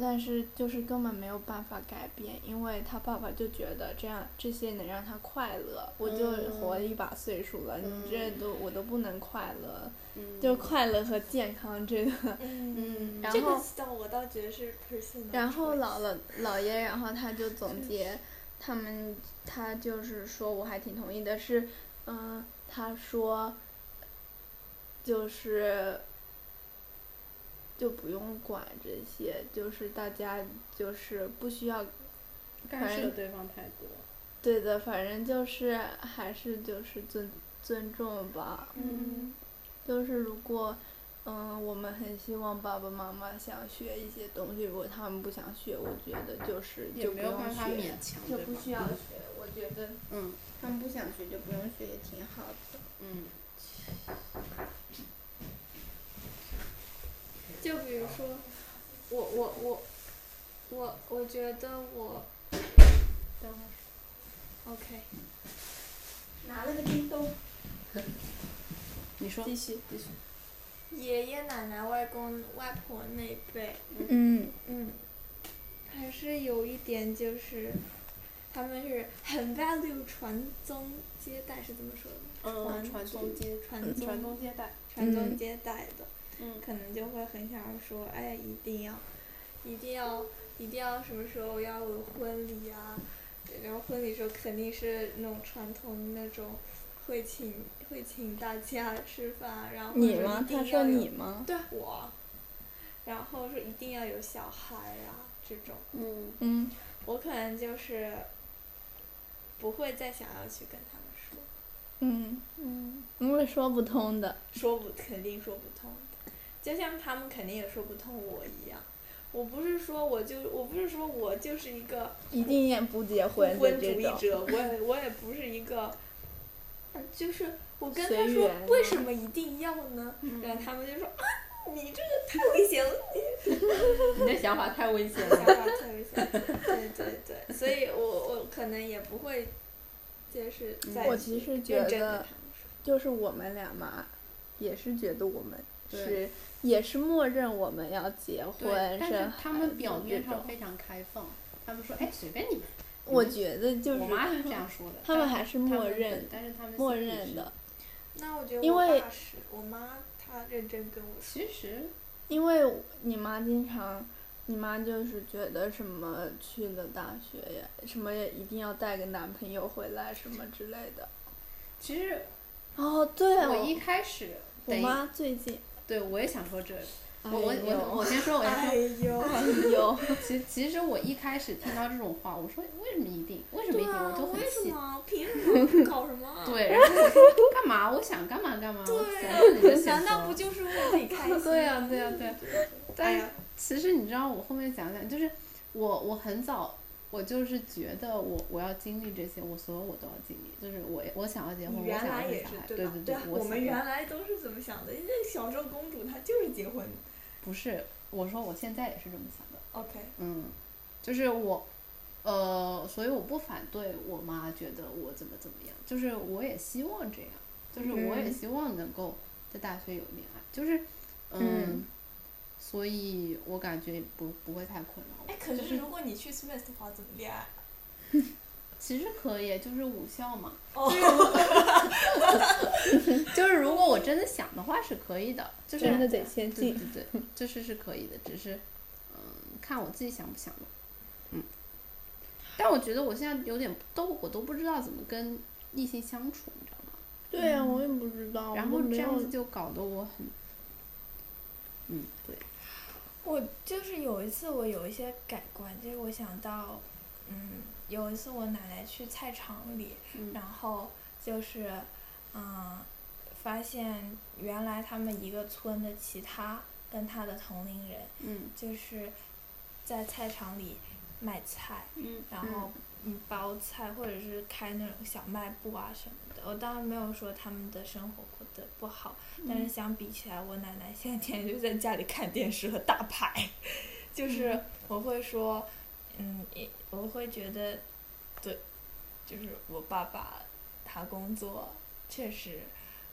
[SPEAKER 2] 但是就是根本没有办法改变，因为他爸爸就觉得这样这些能让他快乐，我就活一把岁数了，你这都我都不能快乐，
[SPEAKER 1] 嗯，
[SPEAKER 2] 就是快乐和健康这个。
[SPEAKER 4] 嗯，
[SPEAKER 1] 嗯，
[SPEAKER 2] 然
[SPEAKER 4] 这个
[SPEAKER 2] 后
[SPEAKER 4] 倒我倒觉得是 personal。
[SPEAKER 2] <laughs> 然后姥姥姥爷，然后他就总结，他们他就是说，我还挺同意的是，嗯、他说，就是就不用管这些，就是大家就是不需要
[SPEAKER 1] 干
[SPEAKER 2] 反
[SPEAKER 1] 涉
[SPEAKER 2] 正
[SPEAKER 1] 对方太多，
[SPEAKER 2] 对的，反正就是还是就是尊尊重吧。
[SPEAKER 4] 嗯，
[SPEAKER 2] 就是如果，嗯，我们很希望爸爸妈妈想学一些东西，如果他们不想学，我觉得就是
[SPEAKER 1] 也
[SPEAKER 2] 就不
[SPEAKER 1] 没有
[SPEAKER 2] 用
[SPEAKER 1] 办法
[SPEAKER 2] 学
[SPEAKER 1] 勉强，
[SPEAKER 2] 就
[SPEAKER 1] 对
[SPEAKER 2] 不
[SPEAKER 1] 吧
[SPEAKER 2] 需要学。我觉得
[SPEAKER 1] 嗯
[SPEAKER 2] 他们不想学就不用学也挺好的。
[SPEAKER 1] 嗯
[SPEAKER 4] 就比如说，我我我我我觉得我，等会儿，OK，
[SPEAKER 2] 拿了个冰冻，
[SPEAKER 1] 你说
[SPEAKER 2] 继续。
[SPEAKER 1] 继续，
[SPEAKER 4] 爷爷奶奶、外公外婆那一辈，
[SPEAKER 2] 嗯
[SPEAKER 4] 嗯，还是有一点就是，他们是很 <laughs> value 传宗接代是怎么说的？
[SPEAKER 1] 嗯，
[SPEAKER 4] 传
[SPEAKER 1] 传
[SPEAKER 4] 宗
[SPEAKER 1] 宗接
[SPEAKER 4] 传宗
[SPEAKER 1] 传宗接代，
[SPEAKER 4] 传宗
[SPEAKER 2] 嗯
[SPEAKER 4] 接代的，
[SPEAKER 1] 嗯
[SPEAKER 4] 可能就会很想要说，哎呀，一定要，一定要，一定要什么时候要有婚礼啊？然后婚礼时候肯定是那种传统那种，会请会请大家吃饭，啊然后或
[SPEAKER 2] 你
[SPEAKER 4] 者
[SPEAKER 2] 吗
[SPEAKER 4] 一？定
[SPEAKER 2] 他
[SPEAKER 4] 要
[SPEAKER 2] 说
[SPEAKER 4] 有
[SPEAKER 2] 你吗？
[SPEAKER 4] 对我，然后说一定要有小孩啊这种，
[SPEAKER 1] 嗯
[SPEAKER 2] 嗯，
[SPEAKER 4] 我可能就是不会再想要去跟他们说，
[SPEAKER 2] 嗯，
[SPEAKER 4] 嗯。
[SPEAKER 2] 因为说不通的。
[SPEAKER 4] 说不肯定说不通的，就像他们肯定也说不通我一样。我不是说我就我不是说我就是一个
[SPEAKER 2] 一定也不结
[SPEAKER 4] 不
[SPEAKER 2] 婚的
[SPEAKER 4] 婚主
[SPEAKER 2] 这
[SPEAKER 4] 义
[SPEAKER 2] 种，
[SPEAKER 4] 者，我也我也不是一个，呃就是我跟他
[SPEAKER 2] 随
[SPEAKER 4] 说
[SPEAKER 2] 缘啊嗯
[SPEAKER 4] 为什么一定要呢？然后他们就说啊，你这个太危险了，
[SPEAKER 3] 你的想法太危险
[SPEAKER 2] <laughs>
[SPEAKER 4] 想
[SPEAKER 2] 啊
[SPEAKER 4] <laughs> 法太危险了。对对对，所以我我可能也不会，就是在
[SPEAKER 2] 我其实觉
[SPEAKER 4] 认真
[SPEAKER 2] 得
[SPEAKER 4] 的他们说，
[SPEAKER 2] 就是我们俩嘛，也是觉得我们
[SPEAKER 1] 对
[SPEAKER 2] 是也是默认我们要结
[SPEAKER 1] 对，
[SPEAKER 2] 婚
[SPEAKER 1] 但
[SPEAKER 2] 生
[SPEAKER 1] 是他们
[SPEAKER 2] 孩
[SPEAKER 1] 表
[SPEAKER 2] 子
[SPEAKER 1] 面
[SPEAKER 2] 这
[SPEAKER 1] 上
[SPEAKER 2] 种
[SPEAKER 1] 非常开放，他们说哎随便你们，
[SPEAKER 2] 我觉得就是
[SPEAKER 1] 我妈是这样说的，
[SPEAKER 2] 他们
[SPEAKER 1] 但
[SPEAKER 2] 还是
[SPEAKER 1] 他
[SPEAKER 2] 默
[SPEAKER 1] 们
[SPEAKER 2] 认
[SPEAKER 1] 对但是他们
[SPEAKER 2] 默
[SPEAKER 1] 心里
[SPEAKER 2] 认
[SPEAKER 1] 是，
[SPEAKER 2] 的，
[SPEAKER 4] 那我觉得
[SPEAKER 2] 因
[SPEAKER 4] 我
[SPEAKER 2] 为
[SPEAKER 4] 爸是我妈，她认真跟我说，
[SPEAKER 1] 其实
[SPEAKER 2] 因为你妈经常。你妈就是觉得什么去了大学呀，什么也一定要带个男朋友回来什么之类的。
[SPEAKER 1] 其实
[SPEAKER 2] 哦，对
[SPEAKER 1] 我
[SPEAKER 2] 哦
[SPEAKER 1] 一开始
[SPEAKER 2] 我
[SPEAKER 1] 等于
[SPEAKER 2] 妈最近，
[SPEAKER 1] 对我也想说这个，
[SPEAKER 2] 哎
[SPEAKER 1] 我我我
[SPEAKER 2] 呦
[SPEAKER 1] 我先说我先说。
[SPEAKER 4] 呦。
[SPEAKER 2] 哎呦，
[SPEAKER 1] 其其实我一开始听到这种话，我说为什么一定？为什么
[SPEAKER 4] 对
[SPEAKER 1] 一定？我
[SPEAKER 4] 啊，
[SPEAKER 1] 就很
[SPEAKER 4] 为什
[SPEAKER 1] 气。
[SPEAKER 4] 么？凭什么不搞什么
[SPEAKER 1] <laughs>
[SPEAKER 4] 啊？
[SPEAKER 1] 对，然后我说
[SPEAKER 2] <laughs>
[SPEAKER 1] 干嘛？我想干嘛干嘛。我
[SPEAKER 4] 对
[SPEAKER 1] 想让你就
[SPEAKER 4] 啊，难
[SPEAKER 1] 先
[SPEAKER 4] 道
[SPEAKER 1] 说
[SPEAKER 4] 不就是为自己开
[SPEAKER 1] <laughs>
[SPEAKER 4] 心？
[SPEAKER 1] 对呀、对呀、啊对、呀。
[SPEAKER 4] 哎
[SPEAKER 1] 但是
[SPEAKER 4] 呀，
[SPEAKER 1] 其实你知道，我后面想想，就是我我很早，我就是觉得我我要经历这些，我所有我都要经历。就是我我想要结婚，
[SPEAKER 4] 你
[SPEAKER 1] 我
[SPEAKER 4] 原
[SPEAKER 1] 想
[SPEAKER 4] 来
[SPEAKER 1] 要
[SPEAKER 4] 也
[SPEAKER 1] 生小
[SPEAKER 4] 是
[SPEAKER 1] 孩，
[SPEAKER 4] 对
[SPEAKER 1] 对
[SPEAKER 4] 吧？
[SPEAKER 1] 对
[SPEAKER 4] 啊，
[SPEAKER 1] 我
[SPEAKER 4] 我们
[SPEAKER 1] 想
[SPEAKER 4] 原来都是怎么想的？人家小时候公主她就是结婚。
[SPEAKER 1] 不是我说我现在也是这么想的，
[SPEAKER 4] OK，
[SPEAKER 1] 嗯，就是我。呃，所以我不反对我妈觉得我怎么怎么样，就是我也希望这样，就是我也
[SPEAKER 2] 嗯
[SPEAKER 1] 希望能够在大学有恋爱，就是，
[SPEAKER 2] 嗯
[SPEAKER 1] 所以我感觉不不会太困扰我。
[SPEAKER 4] 哎，可
[SPEAKER 1] 就是
[SPEAKER 4] 如果你去 Smith 的话，怎么恋爱？
[SPEAKER 1] 其实可以，就是午校嘛。
[SPEAKER 4] 哦
[SPEAKER 1] 啊
[SPEAKER 4] <laughs>
[SPEAKER 1] 就是如果我真的想的话是可以的，就是
[SPEAKER 2] 真的得先
[SPEAKER 1] 对
[SPEAKER 2] 进。
[SPEAKER 1] 对对，就是是可以的，只是嗯，看我自己想不想了。嗯，但我觉得我现在有点都我都不知道怎么跟异性相处，你知道吗？
[SPEAKER 2] 对呀、我也不知道。
[SPEAKER 1] 然
[SPEAKER 2] 哦我
[SPEAKER 1] 后
[SPEAKER 2] 没
[SPEAKER 1] 这样
[SPEAKER 2] 有
[SPEAKER 1] 子就搞得我很，嗯，对，
[SPEAKER 4] 我就是有一次我有一些改观，就是我想到，嗯，有一次我奶奶去菜场里，
[SPEAKER 1] 嗯
[SPEAKER 4] 然后就是，嗯，发现原来他们一个村的其他跟他的同龄人，
[SPEAKER 1] 嗯
[SPEAKER 4] 就是在菜场里卖菜，
[SPEAKER 1] 嗯，
[SPEAKER 4] 然后嗯包菜或者是开那种小卖部啊什么的。我当然没有说他们的生活过得不好，但是相比起来，我奶奶现在天天就在家里看电视和打牌， <laughs> 就是我会说，嗯，也我会觉得，对，就是我爸爸他工作确实，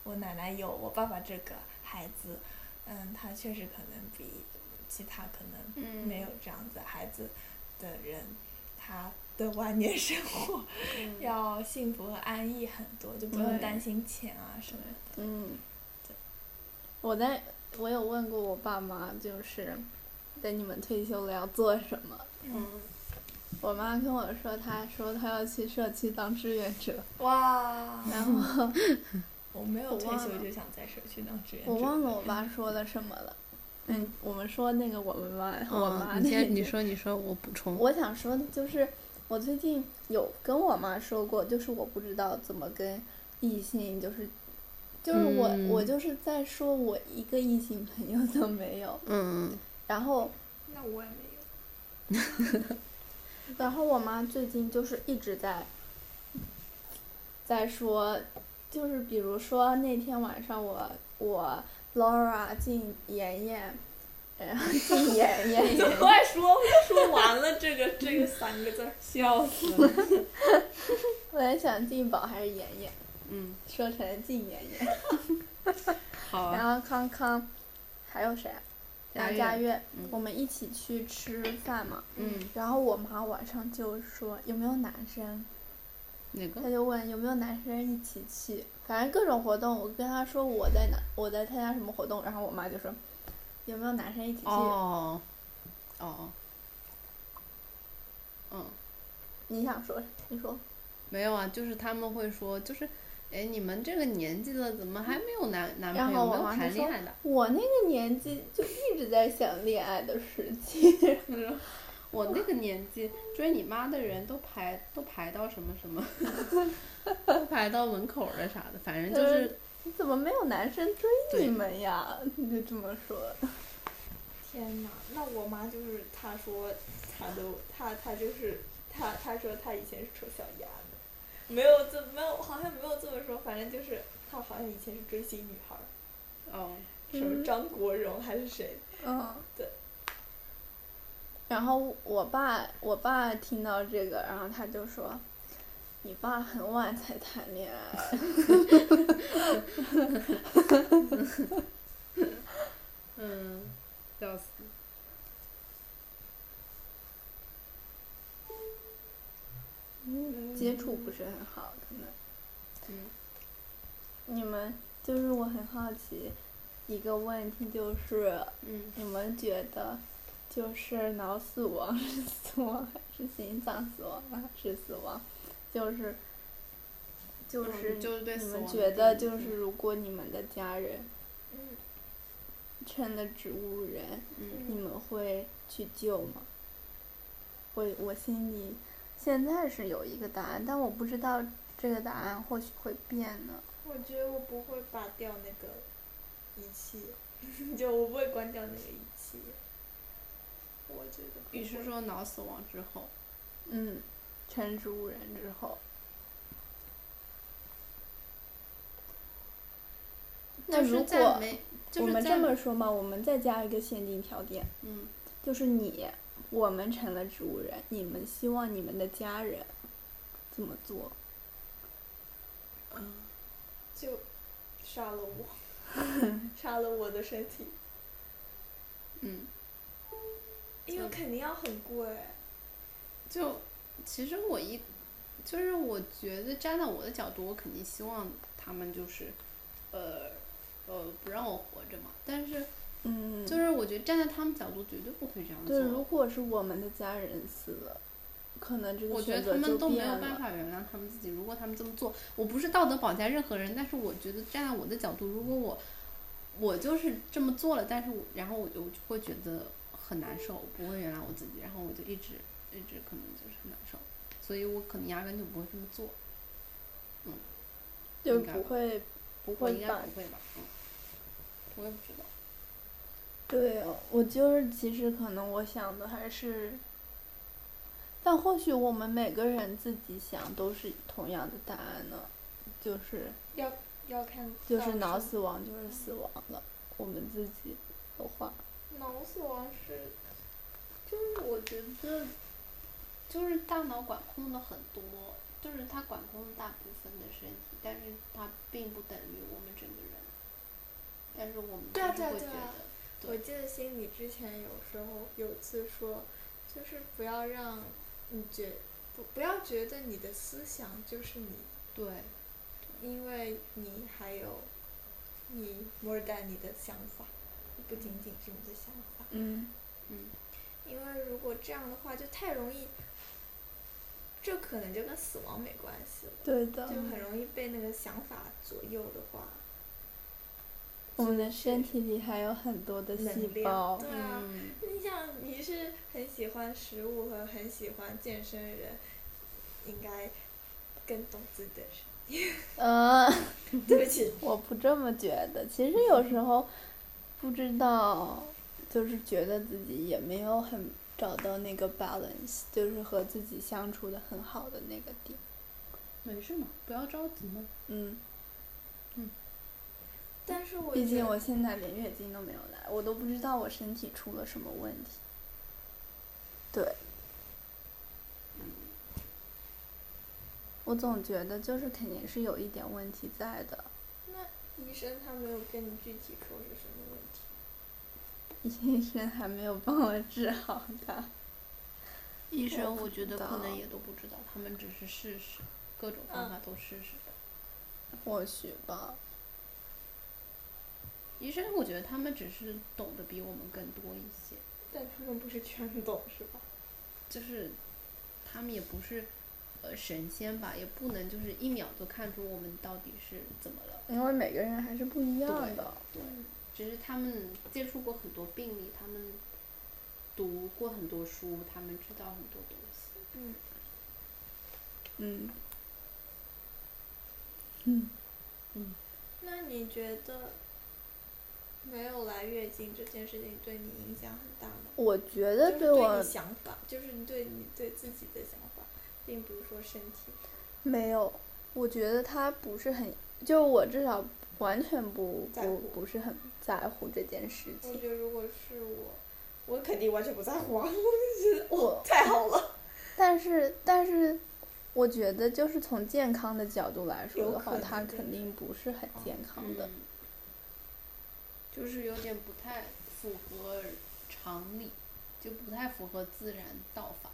[SPEAKER 4] 我奶奶有我爸爸这个孩子，嗯，他确实可能比其他可能
[SPEAKER 2] 嗯，
[SPEAKER 4] 没有这样子孩子的人，他的晚年生
[SPEAKER 2] <laughs>
[SPEAKER 4] 活
[SPEAKER 1] 嗯
[SPEAKER 4] 要幸福和安逸很多，就不用
[SPEAKER 2] 对
[SPEAKER 4] 担心钱啊什么的。
[SPEAKER 2] 嗯，我在我有问过我爸妈，就是在你们退休了要做什么？
[SPEAKER 1] 嗯，
[SPEAKER 2] 我妈跟我说，她说她要去社区当志愿者，
[SPEAKER 4] 哇，
[SPEAKER 2] 然后
[SPEAKER 4] 我没有
[SPEAKER 2] 我
[SPEAKER 4] 退
[SPEAKER 2] 忘
[SPEAKER 4] 休
[SPEAKER 2] 了
[SPEAKER 4] 就想在社区当志愿者。
[SPEAKER 2] 我忘了我爸说了什么了。嗯，我们说那个我们妈，我妈
[SPEAKER 1] 嗯你
[SPEAKER 2] 那个 <laughs>
[SPEAKER 1] 先你说你说，我补充。
[SPEAKER 2] 我想说的就是，我最近有跟我妈说过，就是我不知道怎么跟异性，就是，就是我、
[SPEAKER 1] 嗯
[SPEAKER 2] 我就是在说我一个异性朋友都没有，
[SPEAKER 1] 嗯
[SPEAKER 2] 然后
[SPEAKER 4] 那我也没有。 <laughs>
[SPEAKER 2] 然后我妈最近就是一直在，在说，就是比如说那天晚上我我 Laura 进妍妍，然后进妍
[SPEAKER 4] 怎
[SPEAKER 2] 妍， <laughs>
[SPEAKER 4] 么快说说完了这个这个三个字儿，
[SPEAKER 3] 笑死了。
[SPEAKER 2] 我在想进宝还是妍妍，
[SPEAKER 1] 嗯，
[SPEAKER 2] 说成进妍妍。
[SPEAKER 3] 好啊，
[SPEAKER 2] 然后康康，还有谁啊？然后
[SPEAKER 1] 佳
[SPEAKER 2] 佳悦
[SPEAKER 1] 嗯，
[SPEAKER 2] 我们一起去吃饭嘛。
[SPEAKER 1] 嗯，
[SPEAKER 2] 然后我妈晚上就说有没有男生，
[SPEAKER 1] 哪个
[SPEAKER 2] 她？就问有没有男生一起去，反正各种活动。我跟她说我在哪，我在参加什么活动，然后我妈就说有没有男生一起去，
[SPEAKER 1] 哦，哦，嗯，
[SPEAKER 2] 你想说你说，
[SPEAKER 1] 没有啊，就是他们会说，就是，哎，你们这个年纪了，怎么还没有男男
[SPEAKER 2] 然
[SPEAKER 1] 朋
[SPEAKER 2] 后
[SPEAKER 1] 友，
[SPEAKER 2] 我
[SPEAKER 1] 没有
[SPEAKER 2] 妈就
[SPEAKER 1] 谈恋
[SPEAKER 2] 说
[SPEAKER 1] 爱的？
[SPEAKER 2] 我那个年纪就一直在想恋爱的事情。
[SPEAKER 1] 我那个年纪追你妈的人都排都排到什么什么， <laughs> 都排到门口了啥的，反
[SPEAKER 2] 嗯
[SPEAKER 1] 正 <laughs> 就是
[SPEAKER 2] 呃怎么没有男生追
[SPEAKER 1] 对嗯
[SPEAKER 2] 你们呀？你就这么说，
[SPEAKER 4] 天哪！那我妈就是她说她都她她就是她她说她以前是丑小鸭的，没有这没有好像没有这么说，反正就是她好像以前是追星女孩儿，
[SPEAKER 1] 哦，
[SPEAKER 4] 什么张国荣还是谁？
[SPEAKER 2] 嗯，
[SPEAKER 4] 对。
[SPEAKER 2] 然后我爸，我爸听到这个，然后他就说：“你爸很晚才谈恋爱。
[SPEAKER 1] 嗯，笑死。
[SPEAKER 2] 嗯，接触不是很好，可能。”
[SPEAKER 1] 嗯。
[SPEAKER 2] 你们就是我很好奇一个问题，就是
[SPEAKER 1] 嗯，
[SPEAKER 2] 你们觉得，就是脑死亡是死亡还是心脏死亡还是死亡？就是，就是
[SPEAKER 1] 就是对
[SPEAKER 2] 你
[SPEAKER 1] 死
[SPEAKER 2] 们
[SPEAKER 1] 亡
[SPEAKER 2] 觉
[SPEAKER 1] 的
[SPEAKER 2] 得
[SPEAKER 1] 定义嗯
[SPEAKER 2] 就是，如果你们的家人
[SPEAKER 4] 嗯
[SPEAKER 2] 成了植物人，
[SPEAKER 1] 嗯
[SPEAKER 2] 你们会去救吗？我我心里现在是有一个答案，但我不知道这个答案或许会变呢。
[SPEAKER 4] 我觉得我不会拔掉那个仪器， <laughs> 就我不会关掉那个仪器。我觉得
[SPEAKER 1] 你是说脑死亡之后？
[SPEAKER 2] 嗯，成植物人之后，那
[SPEAKER 1] 就是
[SPEAKER 2] 如
[SPEAKER 1] 在
[SPEAKER 2] 果
[SPEAKER 1] 没，
[SPEAKER 2] 我
[SPEAKER 1] 就是
[SPEAKER 2] 们这
[SPEAKER 1] 在
[SPEAKER 2] 么说嘛，我们再加一个限定条件，
[SPEAKER 1] 嗯
[SPEAKER 2] 就是你我们成了植物人，你们希望你们的家人怎么做？
[SPEAKER 1] 嗯
[SPEAKER 4] 就杀了我，杀了我 <laughs> 的身体，
[SPEAKER 1] 嗯，
[SPEAKER 4] 因为肯定要很贵。
[SPEAKER 1] 就其实我一就是我觉得站在我的角度，我肯定希望他们就是呃呃不让我活着嘛。但是
[SPEAKER 2] 嗯，
[SPEAKER 1] 就是我觉得站在他们角度，绝对不会这样
[SPEAKER 2] 对，如
[SPEAKER 1] 做。
[SPEAKER 2] 果是我们的家人死了，可能这
[SPEAKER 1] 我
[SPEAKER 2] 个
[SPEAKER 1] 觉得他
[SPEAKER 2] 选择就
[SPEAKER 1] 们都没
[SPEAKER 2] 变
[SPEAKER 1] 有办
[SPEAKER 2] 了。
[SPEAKER 1] 法原谅他们自己。如果他们这么做，我不是道德绑架任何人，但是我觉得站在我的角度，如果我我就是这么做了，但是我然后我就我就会觉得很难受，我不会原谅我自己，然后我就一直一直可能就是很难受，所以我可能压根就不会这么做。
[SPEAKER 2] 就是
[SPEAKER 1] 应该
[SPEAKER 2] 不
[SPEAKER 1] 吧
[SPEAKER 2] 会不
[SPEAKER 1] 我
[SPEAKER 2] 会
[SPEAKER 1] 应该
[SPEAKER 2] 把
[SPEAKER 1] 不会吧？嗯，我也不知道。
[SPEAKER 2] 对，我就是其实可能我想的还是，但或许我们每个人自己想都是同样的答案呢，就是
[SPEAKER 4] 要要看
[SPEAKER 2] 就是
[SPEAKER 4] 到
[SPEAKER 2] 脑
[SPEAKER 4] 时
[SPEAKER 2] 死亡就是死亡了，我们自己的话，
[SPEAKER 4] 候脑死亡是
[SPEAKER 1] 就是我觉得，就是大脑管控的很多，就是它管控了大部分的身体，但是它并不等于我们整个人。但是我们
[SPEAKER 4] 对
[SPEAKER 1] 就
[SPEAKER 4] 啊
[SPEAKER 1] 是
[SPEAKER 4] 对啊
[SPEAKER 1] 会觉
[SPEAKER 4] 对啊
[SPEAKER 1] 得，对
[SPEAKER 4] 我记得心里之前有时候有次说，就是不要让你觉不不要觉得你的思想就是你，
[SPEAKER 1] 对，
[SPEAKER 4] 因为你还有你 more than 你的想法，不仅仅是你的想法。
[SPEAKER 2] 嗯，
[SPEAKER 4] 因为如果这样的话，就太容易，这可能就跟死亡没关系了，
[SPEAKER 2] 对的
[SPEAKER 4] 就很容易被那个想法左右的话，
[SPEAKER 2] 我们的身体里还有很多的细
[SPEAKER 4] 能量
[SPEAKER 2] 胞
[SPEAKER 4] 对，啊，
[SPEAKER 1] 嗯，
[SPEAKER 4] 你想，你是很喜欢食物和很喜欢健身的人，应该更懂自己的
[SPEAKER 2] <laughs>
[SPEAKER 4] 身体。
[SPEAKER 2] 嗯、
[SPEAKER 4] 对不起，
[SPEAKER 2] 我不这么觉得。其实有时候不知道，就是觉得自己也没有很找到那个 balance，就是和自己相处的很好的那个点。
[SPEAKER 1] 没事嘛，不要着急嘛。
[SPEAKER 2] 嗯，
[SPEAKER 4] 但是我
[SPEAKER 2] 毕
[SPEAKER 4] 觉
[SPEAKER 2] 竟
[SPEAKER 4] 得
[SPEAKER 2] 我现在连月经都没有来，我都不知道我身体出了什么问题。对，我总觉得就是肯定是有一点问题在的。 <laughs>
[SPEAKER 4] 医生他没有跟你具体说是什么问
[SPEAKER 2] 医
[SPEAKER 4] 题。
[SPEAKER 2] 生还没有帮我治好它。
[SPEAKER 1] 医
[SPEAKER 2] 生
[SPEAKER 1] 生，
[SPEAKER 2] 我
[SPEAKER 1] 我觉得
[SPEAKER 2] 不知
[SPEAKER 1] 可能
[SPEAKER 2] 道
[SPEAKER 1] 也都不知道，嗯他们只是试试，各种方法都试试。
[SPEAKER 2] 或许吧，
[SPEAKER 1] 医生，我觉得他们只是懂得比我们更多一些，
[SPEAKER 4] 但他们不是全懂是吧？
[SPEAKER 1] 就是他们也不是呃神仙吧，也不能就是一秒就看出我们到底是怎么了。
[SPEAKER 2] 因为每个人还是不一样的。
[SPEAKER 1] 对，
[SPEAKER 4] 嗯
[SPEAKER 1] 只是他们接触过很多病例，他们读过很多书，他们知道很多东西。
[SPEAKER 4] 嗯，
[SPEAKER 2] 嗯，
[SPEAKER 4] 那你觉得没有来月经这件事情对你影响很大吗？
[SPEAKER 2] 我觉
[SPEAKER 4] 就
[SPEAKER 2] 得对
[SPEAKER 4] 是对
[SPEAKER 2] 我
[SPEAKER 4] 你想法，就是你对你对自己的想法，并不是说身体。
[SPEAKER 2] 没有，我觉得他不是很，就我至少完全不
[SPEAKER 4] 在乎
[SPEAKER 2] 不不是很在乎这件事
[SPEAKER 4] 我
[SPEAKER 2] 情。
[SPEAKER 4] 觉得如果是我，我肯定完全不在乎啊！
[SPEAKER 2] 我，
[SPEAKER 4] 太好了，
[SPEAKER 2] 但是但是，我觉得就是从健康的角度来说
[SPEAKER 4] 有
[SPEAKER 2] 的
[SPEAKER 4] 可
[SPEAKER 2] 话，
[SPEAKER 4] 能
[SPEAKER 2] 他
[SPEAKER 4] 对
[SPEAKER 2] 肯定不是很健康的。
[SPEAKER 1] 嗯，就是有点不太符合常理，就不太符合自然道法。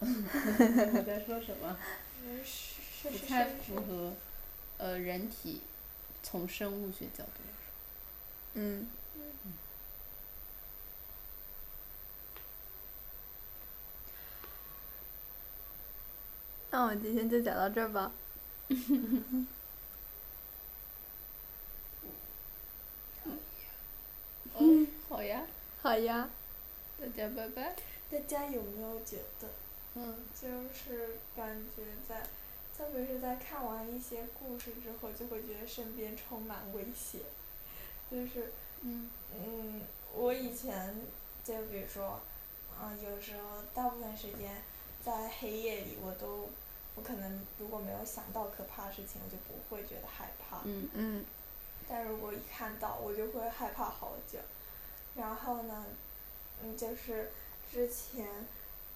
[SPEAKER 1] 我 <laughs> 在说什么？
[SPEAKER 4] 嗯是是
[SPEAKER 1] 不
[SPEAKER 4] 是
[SPEAKER 1] 太
[SPEAKER 4] 是
[SPEAKER 1] 符合呃人体从生物学角度来说。
[SPEAKER 2] 嗯，那我们今天就讲到这儿吧。
[SPEAKER 1] 嗯，好呀，
[SPEAKER 2] 好呀，
[SPEAKER 1] 大家拜拜。
[SPEAKER 4] 大家有没有觉得，
[SPEAKER 1] 嗯，
[SPEAKER 4] 就是感觉在，特别是在看完一些故事之后，就会觉得身边充满威胁，就是
[SPEAKER 1] 嗯，
[SPEAKER 4] 嗯，我以前就比如说，啊、有时候大部分时间在黑夜里，我都我可能如果没有想到可怕的事情，我就不会觉得害怕。
[SPEAKER 1] 嗯，
[SPEAKER 2] 嗯，
[SPEAKER 4] 但如果一看到，我就会害怕好久。然后呢，嗯，就是之前，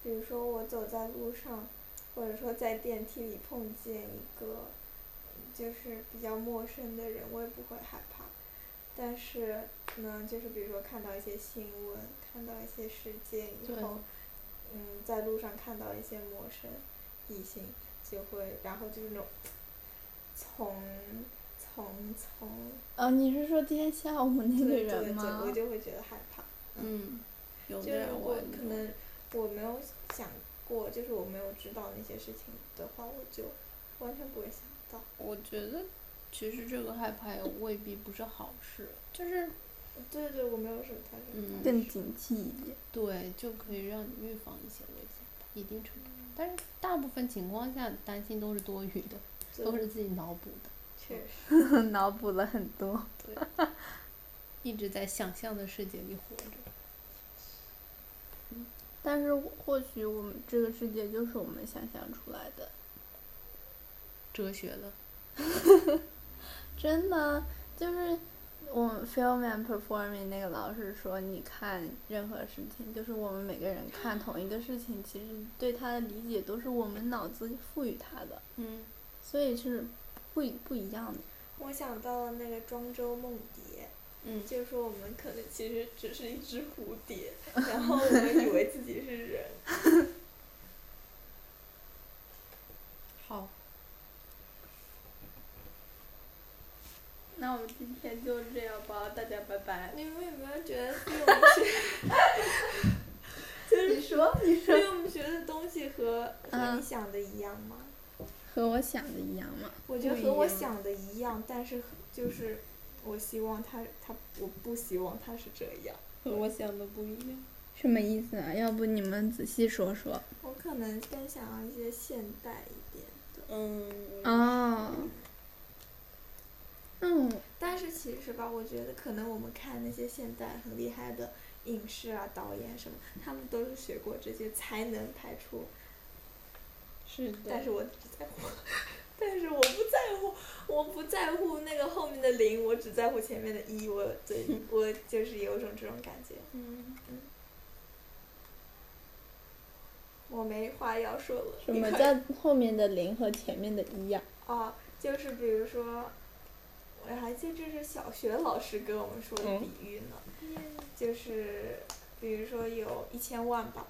[SPEAKER 4] 比如说我走在路上，或者说在电梯里碰见一个嗯就是比较陌生的人，我也不会害怕。但是呢，就是比如说看到一些新闻，看到一些事件
[SPEAKER 1] 对
[SPEAKER 4] 以后，嗯，在路上看到一些陌生异性，就会，然后就是那种从从从
[SPEAKER 2] 哦，你是说今天下午那个
[SPEAKER 4] 对
[SPEAKER 2] 人
[SPEAKER 4] 对对，
[SPEAKER 2] 吗
[SPEAKER 4] 我？就会觉得害怕。
[SPEAKER 1] 嗯，有
[SPEAKER 4] 就是
[SPEAKER 1] 的
[SPEAKER 4] 如
[SPEAKER 1] 让
[SPEAKER 4] 果
[SPEAKER 1] 我
[SPEAKER 4] 可能我没有想过，就是我没有知道那些事情的话，我就完全不会想到。
[SPEAKER 1] 我觉得其实这个害怕也未必不是好事，就是
[SPEAKER 4] 嗯对对，我没有什么太多
[SPEAKER 1] 嗯
[SPEAKER 2] 更警惕一点。 <laughs>
[SPEAKER 1] 对就可以让你预防一些危险吧，一定程度。但是大部分情况下，担心都是多余的，
[SPEAKER 4] 对
[SPEAKER 1] 都是自己脑补的，
[SPEAKER 4] 确实，
[SPEAKER 2] 脑补了很多。
[SPEAKER 1] 一直在想象的世界里活着。
[SPEAKER 2] 但是或许我们这个世界就是我们想象出来的，
[SPEAKER 1] 哲学了，
[SPEAKER 2] 真的就是我们 film and performing 那个老师说，你看任何事情，就是我们每个人看同一个事情，其实对它的理解都是我们脑子赋予它的，
[SPEAKER 1] 嗯，
[SPEAKER 2] 所以是不一不一样的。
[SPEAKER 4] 我想到了那个庄周梦蝶，
[SPEAKER 1] 嗯
[SPEAKER 4] 就是说我们可能其实只是一只蝴蝶，然后我们以为自己是人。 <laughs>
[SPEAKER 1] 好，
[SPEAKER 2] 那我们今天就这样吧，大家拜拜。
[SPEAKER 4] 你们有没有觉得对我们学， <laughs> 就是
[SPEAKER 2] 你说，你说，
[SPEAKER 4] 对我们学的东西和和你
[SPEAKER 2] 嗯
[SPEAKER 4] 想的一样吗？
[SPEAKER 2] 和我想的一样吗？
[SPEAKER 4] 我觉得
[SPEAKER 1] 不
[SPEAKER 4] 和
[SPEAKER 1] 一
[SPEAKER 4] 我
[SPEAKER 1] 样
[SPEAKER 4] 想的一样，但是就是我希望他他我不希望他是这样。
[SPEAKER 1] 和我想的不一样。
[SPEAKER 2] 什么意思啊？要不你们仔细说说。
[SPEAKER 4] 我可能更想要一些现代一点的，
[SPEAKER 1] 嗯，
[SPEAKER 2] 哦，嗯，
[SPEAKER 4] 但是其实吧，我觉得可能我们看那些现代很厉害的影视啊、导演什么，他们都是学过这些才能拍出，
[SPEAKER 1] 是的。
[SPEAKER 4] 但是我只在乎， <laughs> 但是我不在乎，我不在乎那个后面的零，我只在乎前面的一，我 <laughs> 对我就是有一种这种感觉，
[SPEAKER 1] 嗯，
[SPEAKER 4] 我没话要说了。
[SPEAKER 2] 什
[SPEAKER 4] 你
[SPEAKER 2] 么
[SPEAKER 4] 快
[SPEAKER 2] 叫后面的零和前面的一呀、
[SPEAKER 4] 啊，就是比如说，我还记得这是小学老师跟我们说的比喻呢，
[SPEAKER 1] 嗯
[SPEAKER 4] 就是比如说有一千万吧，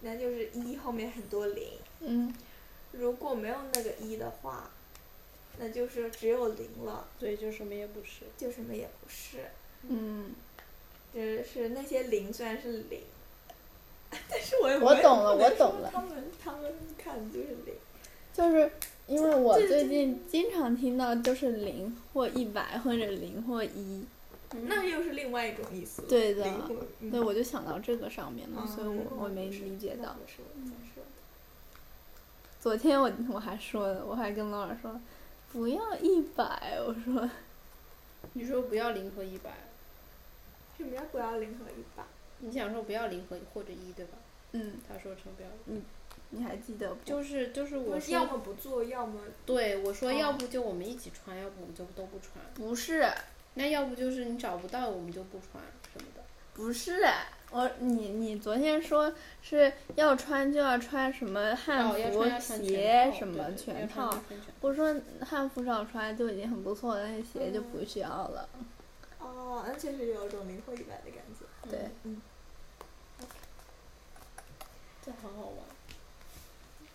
[SPEAKER 4] 那就是一后面很多零，
[SPEAKER 2] 嗯，
[SPEAKER 4] 如果没有那个一的话，那就是只有零了，
[SPEAKER 1] 对，就什么也不是。
[SPEAKER 4] 就什么也不是，
[SPEAKER 2] 嗯，
[SPEAKER 4] 就是是那些零虽然是零， <laughs> 但是我也
[SPEAKER 2] 我
[SPEAKER 4] 没有
[SPEAKER 2] 懂了
[SPEAKER 4] 不能
[SPEAKER 2] 我懂
[SPEAKER 4] 说
[SPEAKER 2] 了
[SPEAKER 4] 他们他们看就是零，
[SPEAKER 2] 就是因为我
[SPEAKER 4] 这这
[SPEAKER 2] 最近经常听到就是零或一百或者零或一，
[SPEAKER 1] 嗯
[SPEAKER 4] 那又是另外一种意思了。
[SPEAKER 2] 对的
[SPEAKER 4] 灵魂，嗯
[SPEAKER 2] 对，我就想到这个上面了，
[SPEAKER 4] 啊
[SPEAKER 2] 所以我
[SPEAKER 4] 那
[SPEAKER 2] 我没
[SPEAKER 4] 不是
[SPEAKER 2] 理解
[SPEAKER 4] 嗯那
[SPEAKER 2] 到。嗯
[SPEAKER 4] 不是我想说的。
[SPEAKER 2] 昨天我我还说了，我还跟老师说，不要一百，我说
[SPEAKER 1] 你说不要零和一百，
[SPEAKER 4] 什么叫不要零和一百？
[SPEAKER 1] 你想说不要零和或者一对吧？
[SPEAKER 2] 嗯，
[SPEAKER 1] 他说成不要，
[SPEAKER 2] 你还记得不？
[SPEAKER 1] 就是就是我
[SPEAKER 4] 不是要
[SPEAKER 1] 说，
[SPEAKER 4] 么不做，要么
[SPEAKER 1] 对我说，
[SPEAKER 4] 哦
[SPEAKER 1] 要不就我们一起穿，要不我们就都不穿。
[SPEAKER 2] 不是
[SPEAKER 1] 那要不就是你找不到，我们就不穿什么的。
[SPEAKER 2] 不是，我你你昨天说是要穿就要穿什么汉
[SPEAKER 1] 哦要
[SPEAKER 2] 服
[SPEAKER 1] 穿要穿
[SPEAKER 2] 鞋
[SPEAKER 1] 全套
[SPEAKER 2] 什么
[SPEAKER 1] 对对要穿
[SPEAKER 2] 全
[SPEAKER 1] 就，
[SPEAKER 2] 套
[SPEAKER 1] 穿全
[SPEAKER 2] 我说汉服少穿就已经很不错了，那鞋就
[SPEAKER 1] 嗯
[SPEAKER 2] 不需要了。
[SPEAKER 4] 哦，那确实有一种灵活一百的感觉。
[SPEAKER 1] 嗯
[SPEAKER 2] 对，
[SPEAKER 1] 这好好玩。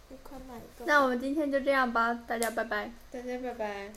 [SPEAKER 4] 你快买一个。
[SPEAKER 2] 那我们今天就这样吧，大家拜拜。
[SPEAKER 1] 大家拜拜。